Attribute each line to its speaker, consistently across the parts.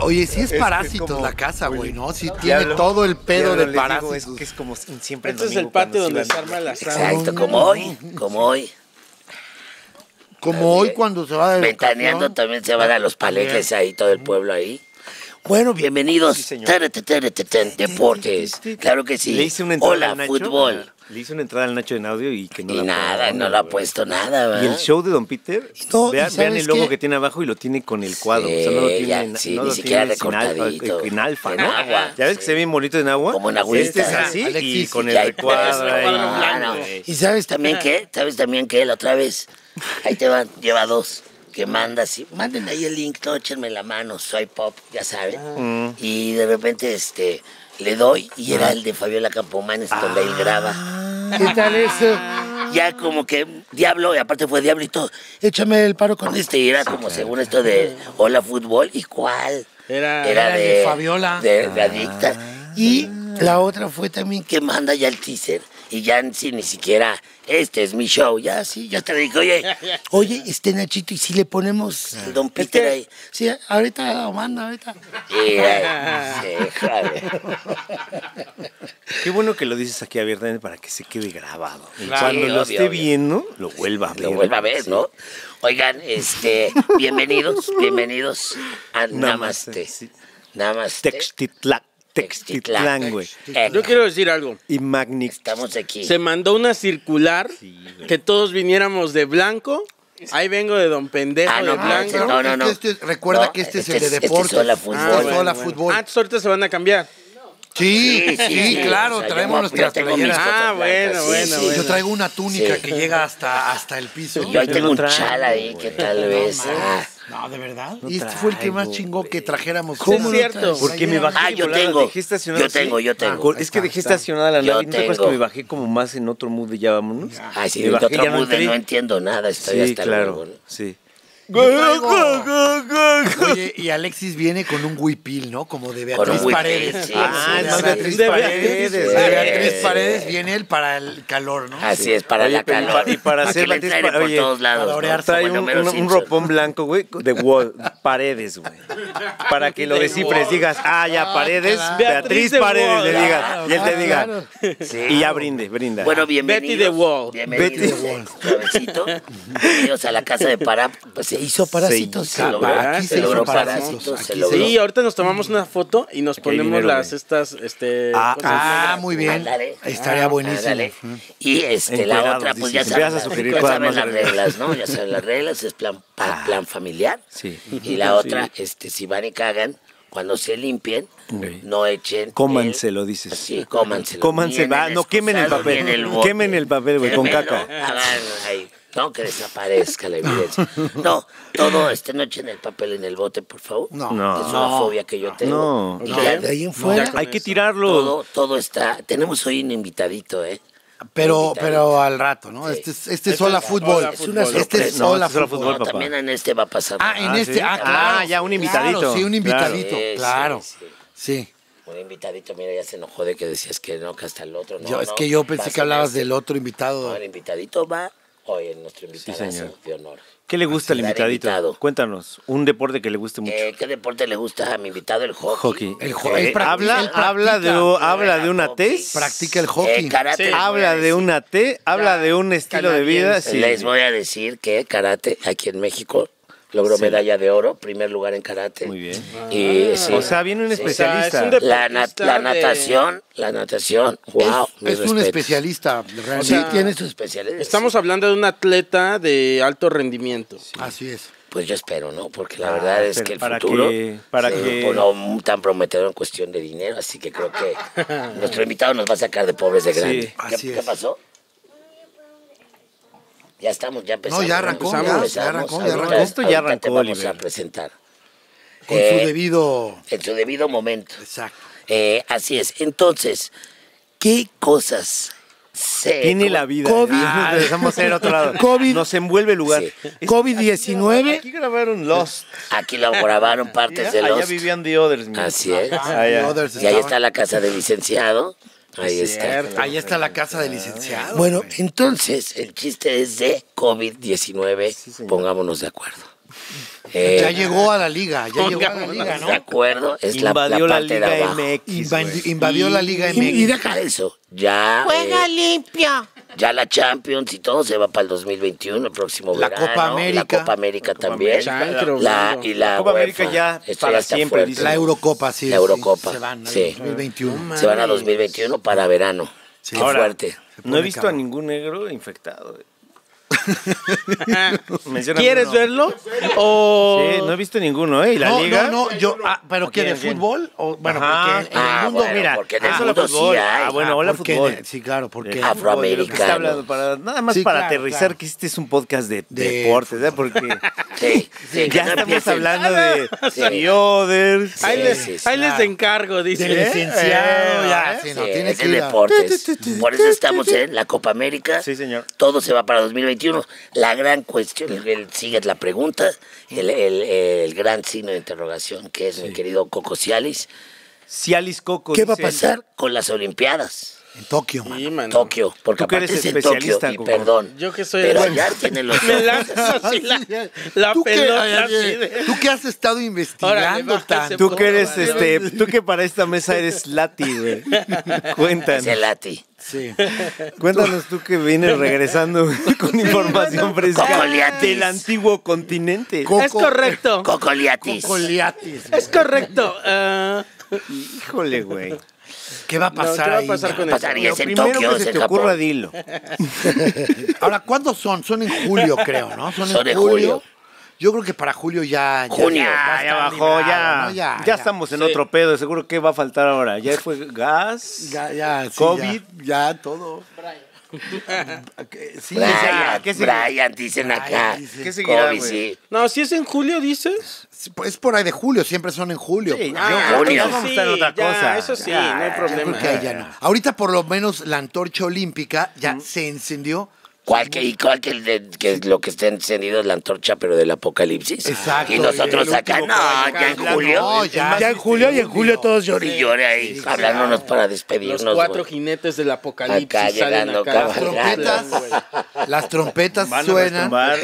Speaker 1: Oye, sí es
Speaker 2: que
Speaker 1: parásitos
Speaker 2: como-
Speaker 1: la casa, güey,
Speaker 2: oye,
Speaker 1: ¿no? Sí
Speaker 2: ya
Speaker 1: tiene
Speaker 2: lo-
Speaker 1: todo el pedo
Speaker 2: ya
Speaker 1: de
Speaker 2: lo les digo,
Speaker 1: parásitos.
Speaker 2: Es que es como siempre
Speaker 3: Este es el
Speaker 2: domingo
Speaker 3: patio
Speaker 2: cuando
Speaker 3: donde
Speaker 2: se
Speaker 3: se
Speaker 2: van-
Speaker 3: arma la sala.
Speaker 4: Exacto, como hoy, como hoy.
Speaker 1: Como hoy cuando se va de
Speaker 4: Ventaneando
Speaker 1: vacación.
Speaker 4: también se van a los paletes ahí, todo el pueblo ahí. Bueno, bienvenidos.
Speaker 2: Sí, señor.
Speaker 4: Tarete, tarete, tan, Deportes. Claro que sí.
Speaker 2: Le hice una entrada
Speaker 4: Hola,
Speaker 2: al Nacho.
Speaker 4: fútbol.
Speaker 2: Le hice una entrada al Nacho en audio y que no
Speaker 4: Y
Speaker 2: la puedo
Speaker 4: nada,
Speaker 2: dar,
Speaker 4: no lo ha
Speaker 2: güey.
Speaker 4: puesto nada, ¿verdad?
Speaker 2: Y el show de Don Peter,
Speaker 1: no,
Speaker 2: vean,
Speaker 1: ¿y
Speaker 2: vean
Speaker 1: sabes
Speaker 2: el logo
Speaker 1: qué?
Speaker 2: que tiene abajo y lo tiene con el cuadro. o sea, no lo
Speaker 4: Sí,
Speaker 2: tiene,
Speaker 4: ya,
Speaker 2: na-
Speaker 4: sí,
Speaker 2: no
Speaker 4: ni
Speaker 2: lo
Speaker 4: siquiera
Speaker 2: tiene sin alfa,
Speaker 4: recortadito.
Speaker 2: en alfa,
Speaker 4: En
Speaker 2: ¿no?
Speaker 4: agua,
Speaker 2: ya ves que
Speaker 4: sí.
Speaker 2: se ve bien bonito en agua.
Speaker 4: Como en
Speaker 2: Este
Speaker 4: agüita.
Speaker 2: es así y
Speaker 1: Alexis,
Speaker 2: con
Speaker 4: Ya
Speaker 2: el
Speaker 4: hay tres,
Speaker 2: recuadro. ahí. Ah.
Speaker 4: ah, no.
Speaker 2: güey.
Speaker 1: ¿Y sabes
Speaker 4: ¿También qué? ¿Sabes también qué? La otra vez. Ahí te van, lleva dos. Que manda así. Manden ahí el link, no, échenme la mano, soy pop, ya
Speaker 2: Ah.
Speaker 4: saben. Y de repente, este, le doy y era el de Fabiola Campomanes
Speaker 2: Ah.
Speaker 4: donde él graba.
Speaker 1: qué tal eso?
Speaker 4: Ya como que diablo, y aparte fue diablo y todo. Échame el paro con este. Y era como según esto de hola fútbol y cuál.
Speaker 3: Era-
Speaker 1: era de Fabiola.
Speaker 4: De, de
Speaker 2: Ah,
Speaker 4: adicta. Y la otra fue también que manda ya el teaser. Y ya sí, ni siquiera, este es mi show. Ya sí, ya te dijo, oye, oye, este Nachito, y si le ponemos el Don Peter ahí.
Speaker 1: Sí, ahorita lo mando, ahorita.
Speaker 4: Y, ay, sí, joder.
Speaker 2: Qué bueno que lo dices aquí abiertamente para que se quede grabado. Y
Speaker 4: Claro.
Speaker 2: cuando
Speaker 4: Sí,
Speaker 2: lo
Speaker 4: obvio,
Speaker 2: esté
Speaker 4: obvio.
Speaker 2: viendo, lo vuelva a ver.
Speaker 4: Lo vuelva a ver, ¿no? Oigan, este, bienvenidos, bienvenidos a
Speaker 2: Namaste,
Speaker 4: Namaste.
Speaker 2: sí.
Speaker 4: Namaste.
Speaker 2: Textitlán, Textitlán, güey.
Speaker 4: Eh,
Speaker 3: Yo quiero decir algo.
Speaker 2: Y Magnic.
Speaker 4: Estamos aquí.
Speaker 3: Se mandó una circular
Speaker 2: Sí, güey.
Speaker 3: que todos viniéramos de blanco. Ahí vengo de Don Pendejo
Speaker 4: Ah, no,
Speaker 3: de
Speaker 4: no,
Speaker 3: blanco.
Speaker 4: no, no, no.
Speaker 1: Este es- recuerda que este es el de deportes.
Speaker 4: Este es hola
Speaker 3: Ah,
Speaker 1: Hola,
Speaker 4: fútbol.
Speaker 1: hola, fútbol.
Speaker 3: Ah, entonces ahorita se van a cambiar.
Speaker 1: Sí, sí,
Speaker 4: sí,
Speaker 1: claro,
Speaker 4: o sea, yo
Speaker 1: traemos
Speaker 4: voy a-
Speaker 1: nuestras
Speaker 4: yo tengo mis
Speaker 1: playeras.
Speaker 3: Ah,
Speaker 4: cosas
Speaker 3: bueno,
Speaker 4: blancas, sí,
Speaker 3: bueno,
Speaker 1: Sí,
Speaker 4: sí.
Speaker 3: bueno.
Speaker 1: yo traigo una túnica
Speaker 4: Sí.
Speaker 1: que llega hasta, hasta el piso.
Speaker 4: Yo ahí
Speaker 2: Yo
Speaker 4: tengo
Speaker 2: no
Speaker 4: un
Speaker 2: traigo,
Speaker 4: chal ahí que tal vez. ah.
Speaker 1: No, de verdad. Y este fue el que más
Speaker 2: traigo,
Speaker 1: chingó que trajéramos.
Speaker 3: ¿Cómo no
Speaker 1: traes?
Speaker 3: cierto.
Speaker 2: Porque me bajé.
Speaker 4: Ah,
Speaker 2: y
Speaker 4: yo
Speaker 2: volada,
Speaker 4: tengo.
Speaker 2: dejé estacionada
Speaker 4: Yo
Speaker 2: así.
Speaker 4: tengo, yo tengo.
Speaker 2: Ah, con- es que dejé estacionada la
Speaker 4: Yo
Speaker 2: nave. ¿No te acuerdas
Speaker 4: tengo.
Speaker 2: que me bajé como más en otro mood de ya vámonos?
Speaker 4: Ah, sí,
Speaker 2: Me
Speaker 4: de
Speaker 2: bajé,
Speaker 4: otro
Speaker 2: ya
Speaker 4: mood de
Speaker 2: entré.
Speaker 4: no entiendo nada, estoy
Speaker 2: Sí,
Speaker 4: hasta
Speaker 2: claro.
Speaker 4: luego, ¿no?
Speaker 2: Sí.
Speaker 1: Oye, y Alexis viene con un huipil, ¿no? Como de
Speaker 4: Con un
Speaker 1: Beatriz
Speaker 4: huipil,
Speaker 1: Paredes.
Speaker 4: sí,
Speaker 2: Ah,
Speaker 1: de
Speaker 2: es más Beatriz
Speaker 1: de
Speaker 2: Paredes,
Speaker 1: De
Speaker 4: güey.
Speaker 1: Beatriz Paredes viene él para el calor, ¿no?
Speaker 4: Así es, para
Speaker 2: Oye,
Speaker 4: la
Speaker 2: pero y pa-
Speaker 4: calor.
Speaker 2: y para
Speaker 4: Pa'
Speaker 2: hacer
Speaker 4: que le
Speaker 2: Beatriz
Speaker 4: entrare
Speaker 2: Pa-
Speaker 4: por
Speaker 2: oye,
Speaker 4: todos lados.
Speaker 1: para
Speaker 4: ¿no?
Speaker 1: orear,
Speaker 4: Como
Speaker 2: Trae
Speaker 4: en
Speaker 2: un,
Speaker 4: Homero
Speaker 2: un- un
Speaker 4: Simpson.
Speaker 2: ropón blanco, güey, de wall, paredes, güey. Para que lo descifres, digas, ah, ya, paredes,
Speaker 1: claro.
Speaker 2: Beatriz
Speaker 3: Beatriz de
Speaker 2: Paredes,
Speaker 3: Wall.
Speaker 2: le digas.
Speaker 1: Claro,
Speaker 2: Y él te
Speaker 1: claro,
Speaker 2: diga.
Speaker 1: claro.
Speaker 4: Sí.
Speaker 2: Y ya brinde, brinda.
Speaker 4: Bueno,
Speaker 3: Betty
Speaker 4: bienvenidos.
Speaker 3: the Wall.
Speaker 4: Bienvenidos.
Speaker 2: Betty the
Speaker 4: Suavecito. Bienvenidos a la casa de Pará. Pues se hizo parásitos.
Speaker 2: Se
Speaker 4: se logró,
Speaker 1: aquí
Speaker 4: se
Speaker 1: se
Speaker 4: logró
Speaker 1: hizo
Speaker 4: parásitos.
Speaker 1: parásitos,
Speaker 4: Se
Speaker 1: aquí
Speaker 4: logró.
Speaker 3: Sí, ahorita nos tomamos una foto y nos
Speaker 2: hay
Speaker 3: ponemos
Speaker 2: dinero,
Speaker 3: las
Speaker 2: güey.
Speaker 3: estas, este.
Speaker 2: Ah,
Speaker 3: cosas
Speaker 1: Ah,
Speaker 3: negras.
Speaker 1: muy bien.
Speaker 4: Ándale. Ah,
Speaker 1: Estaría buenísimo.
Speaker 4: Ándale. Y este,
Speaker 2: Encuerados,
Speaker 4: la otra,
Speaker 2: dices.
Speaker 4: pues ya
Speaker 2: Empiezas
Speaker 4: saben,
Speaker 2: a sugerir
Speaker 4: ya
Speaker 2: cosas
Speaker 4: saben
Speaker 2: más
Speaker 4: las
Speaker 2: grandes.
Speaker 4: reglas, ¿no? Ya saben las reglas, es plan, pa- plan familiar.
Speaker 2: Ah. Sí.
Speaker 4: Y la otra, este, si van y cagan, cuando se limpien,
Speaker 2: Ok.
Speaker 4: no echen.
Speaker 2: Cómanselo,
Speaker 4: el-
Speaker 2: dices.
Speaker 4: Sí, cómanselo.
Speaker 2: Cómanse,
Speaker 4: Ni en
Speaker 2: va,
Speaker 4: el
Speaker 2: no, quemen el
Speaker 4: excusado,
Speaker 2: papel.
Speaker 4: ni en bote.
Speaker 2: Quemen el papel, güey, con
Speaker 4: Quémenlo,
Speaker 2: caca.
Speaker 4: hagan ahí. No, que desaparezca la evidencia. No, todo, este, no echen el papel en el bote, por favor.
Speaker 1: No.
Speaker 2: No.
Speaker 4: Es una fobia que yo tengo.
Speaker 2: No.
Speaker 4: Y
Speaker 1: No,
Speaker 4: ya,
Speaker 1: de ahí en fuera.
Speaker 2: Hay que
Speaker 3: eso.
Speaker 2: tirarlo.
Speaker 4: todo, todo está. Tenemos hoy un invitadito, ¿eh?
Speaker 1: Pero, pero al rato, ¿no?
Speaker 4: Sí.
Speaker 1: Este es, este es
Speaker 3: Este
Speaker 1: hola
Speaker 3: es
Speaker 1: fútbol.
Speaker 3: hola fútbol.
Speaker 1: Este es
Speaker 2: No,
Speaker 1: hola
Speaker 2: este es hola
Speaker 1: fútbol.
Speaker 2: fútbol. papá.
Speaker 4: también en este va a pasar.
Speaker 1: Ah, en
Speaker 2: Ah,
Speaker 1: este.
Speaker 2: sí.
Speaker 1: Ah, claro.
Speaker 2: Ah, ya, un
Speaker 1: claro,
Speaker 2: invitadito.
Speaker 1: sí, un invitadito.
Speaker 4: Sí, sí,
Speaker 1: Claro.
Speaker 4: sí.
Speaker 1: Sí.
Speaker 4: Un invitadito, mira, ya se enojó de que decías que no, que hasta el otro. No,
Speaker 1: Yo- es
Speaker 4: no,
Speaker 1: que yo pensé
Speaker 4: vas
Speaker 1: que
Speaker 4: a
Speaker 1: hablabas
Speaker 4: este.
Speaker 1: del otro invitado.
Speaker 4: No, el invitadito va hoy, en nuestro invitado
Speaker 2: señor.
Speaker 4: de honor.
Speaker 2: ¿Qué le gusta al
Speaker 4: Dar
Speaker 2: invitadito?
Speaker 4: invitado.
Speaker 2: Cuéntanos, un deporte que le guste mucho.
Speaker 4: Eh, ¿Qué deporte le gusta a mi invitado? El hockey.
Speaker 2: Hockey.
Speaker 1: El jo- él
Speaker 2: Eh,
Speaker 1: practica- él
Speaker 2: habla, habla de,
Speaker 4: Juega
Speaker 2: habla de una
Speaker 4: hockey.
Speaker 2: tez.
Speaker 1: Practica el hockey.
Speaker 4: Eh, karate,
Speaker 3: Sí.
Speaker 4: les voy a
Speaker 2: Habla de
Speaker 4: decir.
Speaker 2: una T, habla de un estilo de vida.
Speaker 3: canadiense.
Speaker 2: Sí.
Speaker 4: Les voy a decir que karate aquí en México logró medalla de oro, primer lugar en karate.
Speaker 2: Muy bien. Ah.
Speaker 4: Y, sí.
Speaker 2: O sea, viene un
Speaker 4: Sí.
Speaker 2: especialista.
Speaker 3: O sea, es un
Speaker 4: La, na-
Speaker 3: deportista
Speaker 4: la
Speaker 3: de-
Speaker 4: natación, la natación, wow. mis
Speaker 1: es un
Speaker 4: respetos.
Speaker 1: especialista. Realmente.
Speaker 4: Sí,
Speaker 3: sea,
Speaker 4: tiene sus especialidades.
Speaker 3: Estamos hablando de un atleta de alto rendimiento.
Speaker 1: Así es.
Speaker 4: Pues yo espero, ¿no? Porque la
Speaker 2: Ah,
Speaker 4: verdad es
Speaker 2: pero
Speaker 4: que el
Speaker 2: para
Speaker 4: futuro
Speaker 2: que- para
Speaker 4: se
Speaker 2: que-
Speaker 4: pone aún tan prometedor en cuestión de dinero, así que creo que nuestro invitado nos va a sacar de pobres de grande. ¿Qué-
Speaker 1: así
Speaker 4: ¿Qué,
Speaker 1: es.
Speaker 4: pasó? Ya estamos, ya empezamos.
Speaker 1: ya arrancó,
Speaker 4: empezamos,
Speaker 1: ya,
Speaker 4: empezamos.
Speaker 1: ya arrancó, ya
Speaker 4: Ahorita-
Speaker 1: arrancó.
Speaker 2: Esto ya
Speaker 4: ahorita te
Speaker 2: arrancó,
Speaker 4: vamos
Speaker 2: Oliver.
Speaker 4: a presentar
Speaker 1: Con
Speaker 4: Eh,
Speaker 1: su debido.
Speaker 4: en su debido momento.
Speaker 1: Exacto.
Speaker 4: Eh, así es. Entonces, ¿qué cosas se...
Speaker 2: Tiene la vida.
Speaker 1: COVID.
Speaker 2: Ah, empezamos a ir a otro lado.
Speaker 1: COVID.
Speaker 2: Nos envuelve el lugar.
Speaker 4: Sí.
Speaker 2: Es- Aquí
Speaker 1: COVID-19.
Speaker 2: grabaron Lost.
Speaker 4: Aquí lo grabaron partes de
Speaker 2: Allá pues,
Speaker 4: los...
Speaker 2: vivían The Others. mira.
Speaker 4: Así es. Ah,
Speaker 2: Allá.
Speaker 1: Ah, Y others
Speaker 4: Y ahí
Speaker 1: estaban-
Speaker 4: está la casa del licenciado. Ahí está.
Speaker 1: Ahí está la casa del licenciado.
Speaker 4: Bueno, entonces el chiste es de COVID-19. Pongámonos de acuerdo. Eh,
Speaker 1: Ya llegó a la liga, ya llegó a la
Speaker 3: Pongámonos
Speaker 1: liga,
Speaker 4: ¿De
Speaker 1: ¿no?
Speaker 4: acuerdo? Es la,
Speaker 2: Invadió
Speaker 4: la
Speaker 2: la,
Speaker 4: parte de
Speaker 2: Liga
Speaker 4: abajo.
Speaker 2: MX. güey.
Speaker 1: Invadi- invadió la liga
Speaker 4: Y, y
Speaker 1: MX.
Speaker 4: deja eso. Ya.
Speaker 5: Juega
Speaker 4: eh,
Speaker 5: limpio.
Speaker 4: ya la Champions y todo se va para el 2021, el próximo
Speaker 1: La
Speaker 4: verano.
Speaker 1: Copa América.
Speaker 4: La Copa América también.
Speaker 3: Chancro,
Speaker 4: la,
Speaker 3: bro.
Speaker 4: y la,
Speaker 2: La Copa América
Speaker 4: UEFA.
Speaker 2: ya
Speaker 4: Esto
Speaker 2: para
Speaker 4: está
Speaker 2: siempre,
Speaker 4: fuerte.
Speaker 2: dicen.
Speaker 1: La Eurocopa, sí.
Speaker 4: La
Speaker 1: sí,
Speaker 4: Eurocopa,
Speaker 1: Se van, ¿no?
Speaker 4: sí.
Speaker 1: 2021.
Speaker 4: Se van a 2021 para verano.
Speaker 1: Sí.
Speaker 4: Qué
Speaker 2: Ahora,
Speaker 4: fuerte.
Speaker 2: No he
Speaker 1: pone
Speaker 2: visto a
Speaker 1: cabrón.
Speaker 2: ningún negro infectado. güey. Mencióname
Speaker 3: ¿Quieres
Speaker 2: uno.
Speaker 3: verlo? O...
Speaker 2: Sí, no he visto ninguno, ¿eh? ¿Y la
Speaker 1: no,
Speaker 2: liga?
Speaker 1: no, no, yo, ah, pero
Speaker 2: ¿O
Speaker 1: que de
Speaker 2: quién, quién?
Speaker 1: fútbol, o, bueno,
Speaker 2: Ajá.
Speaker 1: porque en
Speaker 4: Ah,
Speaker 1: el mundo,
Speaker 4: bueno,
Speaker 1: mira,
Speaker 4: porque en el
Speaker 2: eso
Speaker 4: mundo
Speaker 2: la
Speaker 4: sí
Speaker 2: fútbol.
Speaker 4: hay.
Speaker 2: ah, bueno, hola
Speaker 1: porque-
Speaker 2: fútbol.
Speaker 1: sí, claro, porque
Speaker 4: Ah,
Speaker 2: Fútbol, de lo que está
Speaker 4: Afroamericanos.
Speaker 2: hablando, para, nada más
Speaker 1: Sí,
Speaker 2: para
Speaker 1: claro,
Speaker 2: aterrizar
Speaker 1: claro.
Speaker 2: que este es un podcast de,
Speaker 1: De
Speaker 2: deportes, ¿eh? Porque
Speaker 4: Sí, sí, que
Speaker 2: ya
Speaker 4: no
Speaker 2: estamos
Speaker 4: empiecen.
Speaker 2: hablando de
Speaker 4: Sí.
Speaker 2: Yoder.
Speaker 4: Sí,
Speaker 3: Ahí, les,
Speaker 4: sí, sí,
Speaker 3: ahí
Speaker 1: claro.
Speaker 3: les encargo, dice.
Speaker 1: de licenciado,
Speaker 2: Eh,
Speaker 1: ya,
Speaker 2: eh,
Speaker 1: sí,
Speaker 4: Sí,
Speaker 1: no, tiene
Speaker 4: es
Speaker 1: que
Speaker 4: de
Speaker 1: ir a-
Speaker 4: deportes. Por eso estamos en la Copa América.
Speaker 2: Sí, señor.
Speaker 4: Todo se va para 2021. La gran cuestión, el- el- sigue la pregunta, el, el- el gran signo de interrogación que es mi querido Coco Cialis.
Speaker 2: Cialis Coco.
Speaker 4: ¿Qué va a
Speaker 2: dice él.
Speaker 4: pasar con las Olimpiadas?
Speaker 1: En Tokio, man.
Speaker 3: Sí, mano.
Speaker 4: Tokio, porque
Speaker 2: Tú que
Speaker 4: aparte
Speaker 2: eres
Speaker 4: es en Tokio,
Speaker 2: especialista,
Speaker 4: y
Speaker 2: Coco.
Speaker 4: perdón.
Speaker 3: Yo que soy
Speaker 4: Pero
Speaker 3: el-
Speaker 4: allá tienen los
Speaker 3: Me lanzas así la, la
Speaker 1: ¿Tú, que,
Speaker 3: pelota.
Speaker 1: ay,
Speaker 3: así
Speaker 1: ay,
Speaker 3: de-
Speaker 1: tú que has estado
Speaker 3: Órale,
Speaker 1: investigando
Speaker 3: baja
Speaker 1: tanto.
Speaker 3: ese
Speaker 2: Tú que eres,
Speaker 3: Coco,
Speaker 2: este, tú que para esta mesa eres Lati, güey. Cuéntanos.
Speaker 4: es el Lati.
Speaker 1: Sí.
Speaker 2: Cuéntanos tú que vienes regresando güey, con información fresca
Speaker 4: Cocoliatis.
Speaker 2: del antiguo continente.
Speaker 1: Co-
Speaker 3: Es correcto.
Speaker 4: Coco Liatis.
Speaker 1: Cocoliatis.
Speaker 3: Es correcto. Ah,
Speaker 2: Híjole, güey.
Speaker 1: ¿Qué va a
Speaker 3: no,
Speaker 1: pasar
Speaker 3: ¿Qué va a
Speaker 1: ahí?
Speaker 3: pasar con eso?
Speaker 4: Pasaría
Speaker 2: Lo
Speaker 4: es en
Speaker 2: primero
Speaker 4: Tokio,
Speaker 2: que
Speaker 4: es
Speaker 2: se
Speaker 4: en
Speaker 2: te ocurra,
Speaker 4: Japón.
Speaker 2: dilo.
Speaker 1: Ahora, ¿cuándo son? Son en julio, creo, ¿no? Son,
Speaker 4: Son
Speaker 1: en
Speaker 4: en
Speaker 1: julio.
Speaker 4: julio.
Speaker 1: Yo creo que para julio ya. ya-
Speaker 4: Junio.
Speaker 1: va a
Speaker 2: Ah,
Speaker 1: estar
Speaker 2: ya bajó,
Speaker 1: librado,
Speaker 2: ya,
Speaker 1: ¿no?
Speaker 2: ya. estamos en otro pedo. Seguro que va a faltar ahora. Ya fue gas.
Speaker 1: Ya, ya, sí,
Speaker 2: COVID.
Speaker 1: Ya, ya, todo. Sí,
Speaker 4: Brian,
Speaker 2: ya, ¿qué sigue?
Speaker 4: Brian, dicen acá.
Speaker 1: Brian, dice.
Speaker 2: ¿Qué seguirá,
Speaker 4: Kobe,
Speaker 2: güey?
Speaker 4: sí.
Speaker 3: No, si es en julio, dices.
Speaker 1: es- pues, es por ahí de julio, siempre son en julio.
Speaker 2: Sí,
Speaker 1: Yo
Speaker 2: ya,
Speaker 4: julio.
Speaker 2: ya Ah, vamos a estar en otra
Speaker 3: ya,
Speaker 2: cosa.
Speaker 3: Eso sí,
Speaker 2: Ya,
Speaker 3: no hay problema.
Speaker 1: creo que ahí ya no. Ahorita por lo menos la antorcha olímpica ya se encendió.
Speaker 4: ¿Cuál que, y cuál que, el de- que es lo que está encendido es la antorcha, pero del apocalipsis?
Speaker 1: Exacto,
Speaker 4: Y nosotros
Speaker 1: el
Speaker 4: acá, no,
Speaker 2: último caballo,
Speaker 4: ya en
Speaker 2: ya
Speaker 4: julio.
Speaker 1: no,
Speaker 4: ya,
Speaker 1: ya.
Speaker 4: en julio, y en julio todos lloré
Speaker 3: Sí,
Speaker 4: y lloré ahí,
Speaker 3: sí,
Speaker 4: hablándonos para
Speaker 3: Los
Speaker 4: despedirnos.
Speaker 3: cuatro
Speaker 4: güey.
Speaker 3: jinetes del apocalipsis
Speaker 4: Acá
Speaker 3: salen
Speaker 4: llegando
Speaker 3: acá.
Speaker 4: cabalgando.
Speaker 3: Plan, güey.
Speaker 1: Las trompetas
Speaker 2: Van a
Speaker 1: suenan.
Speaker 2: retumbar.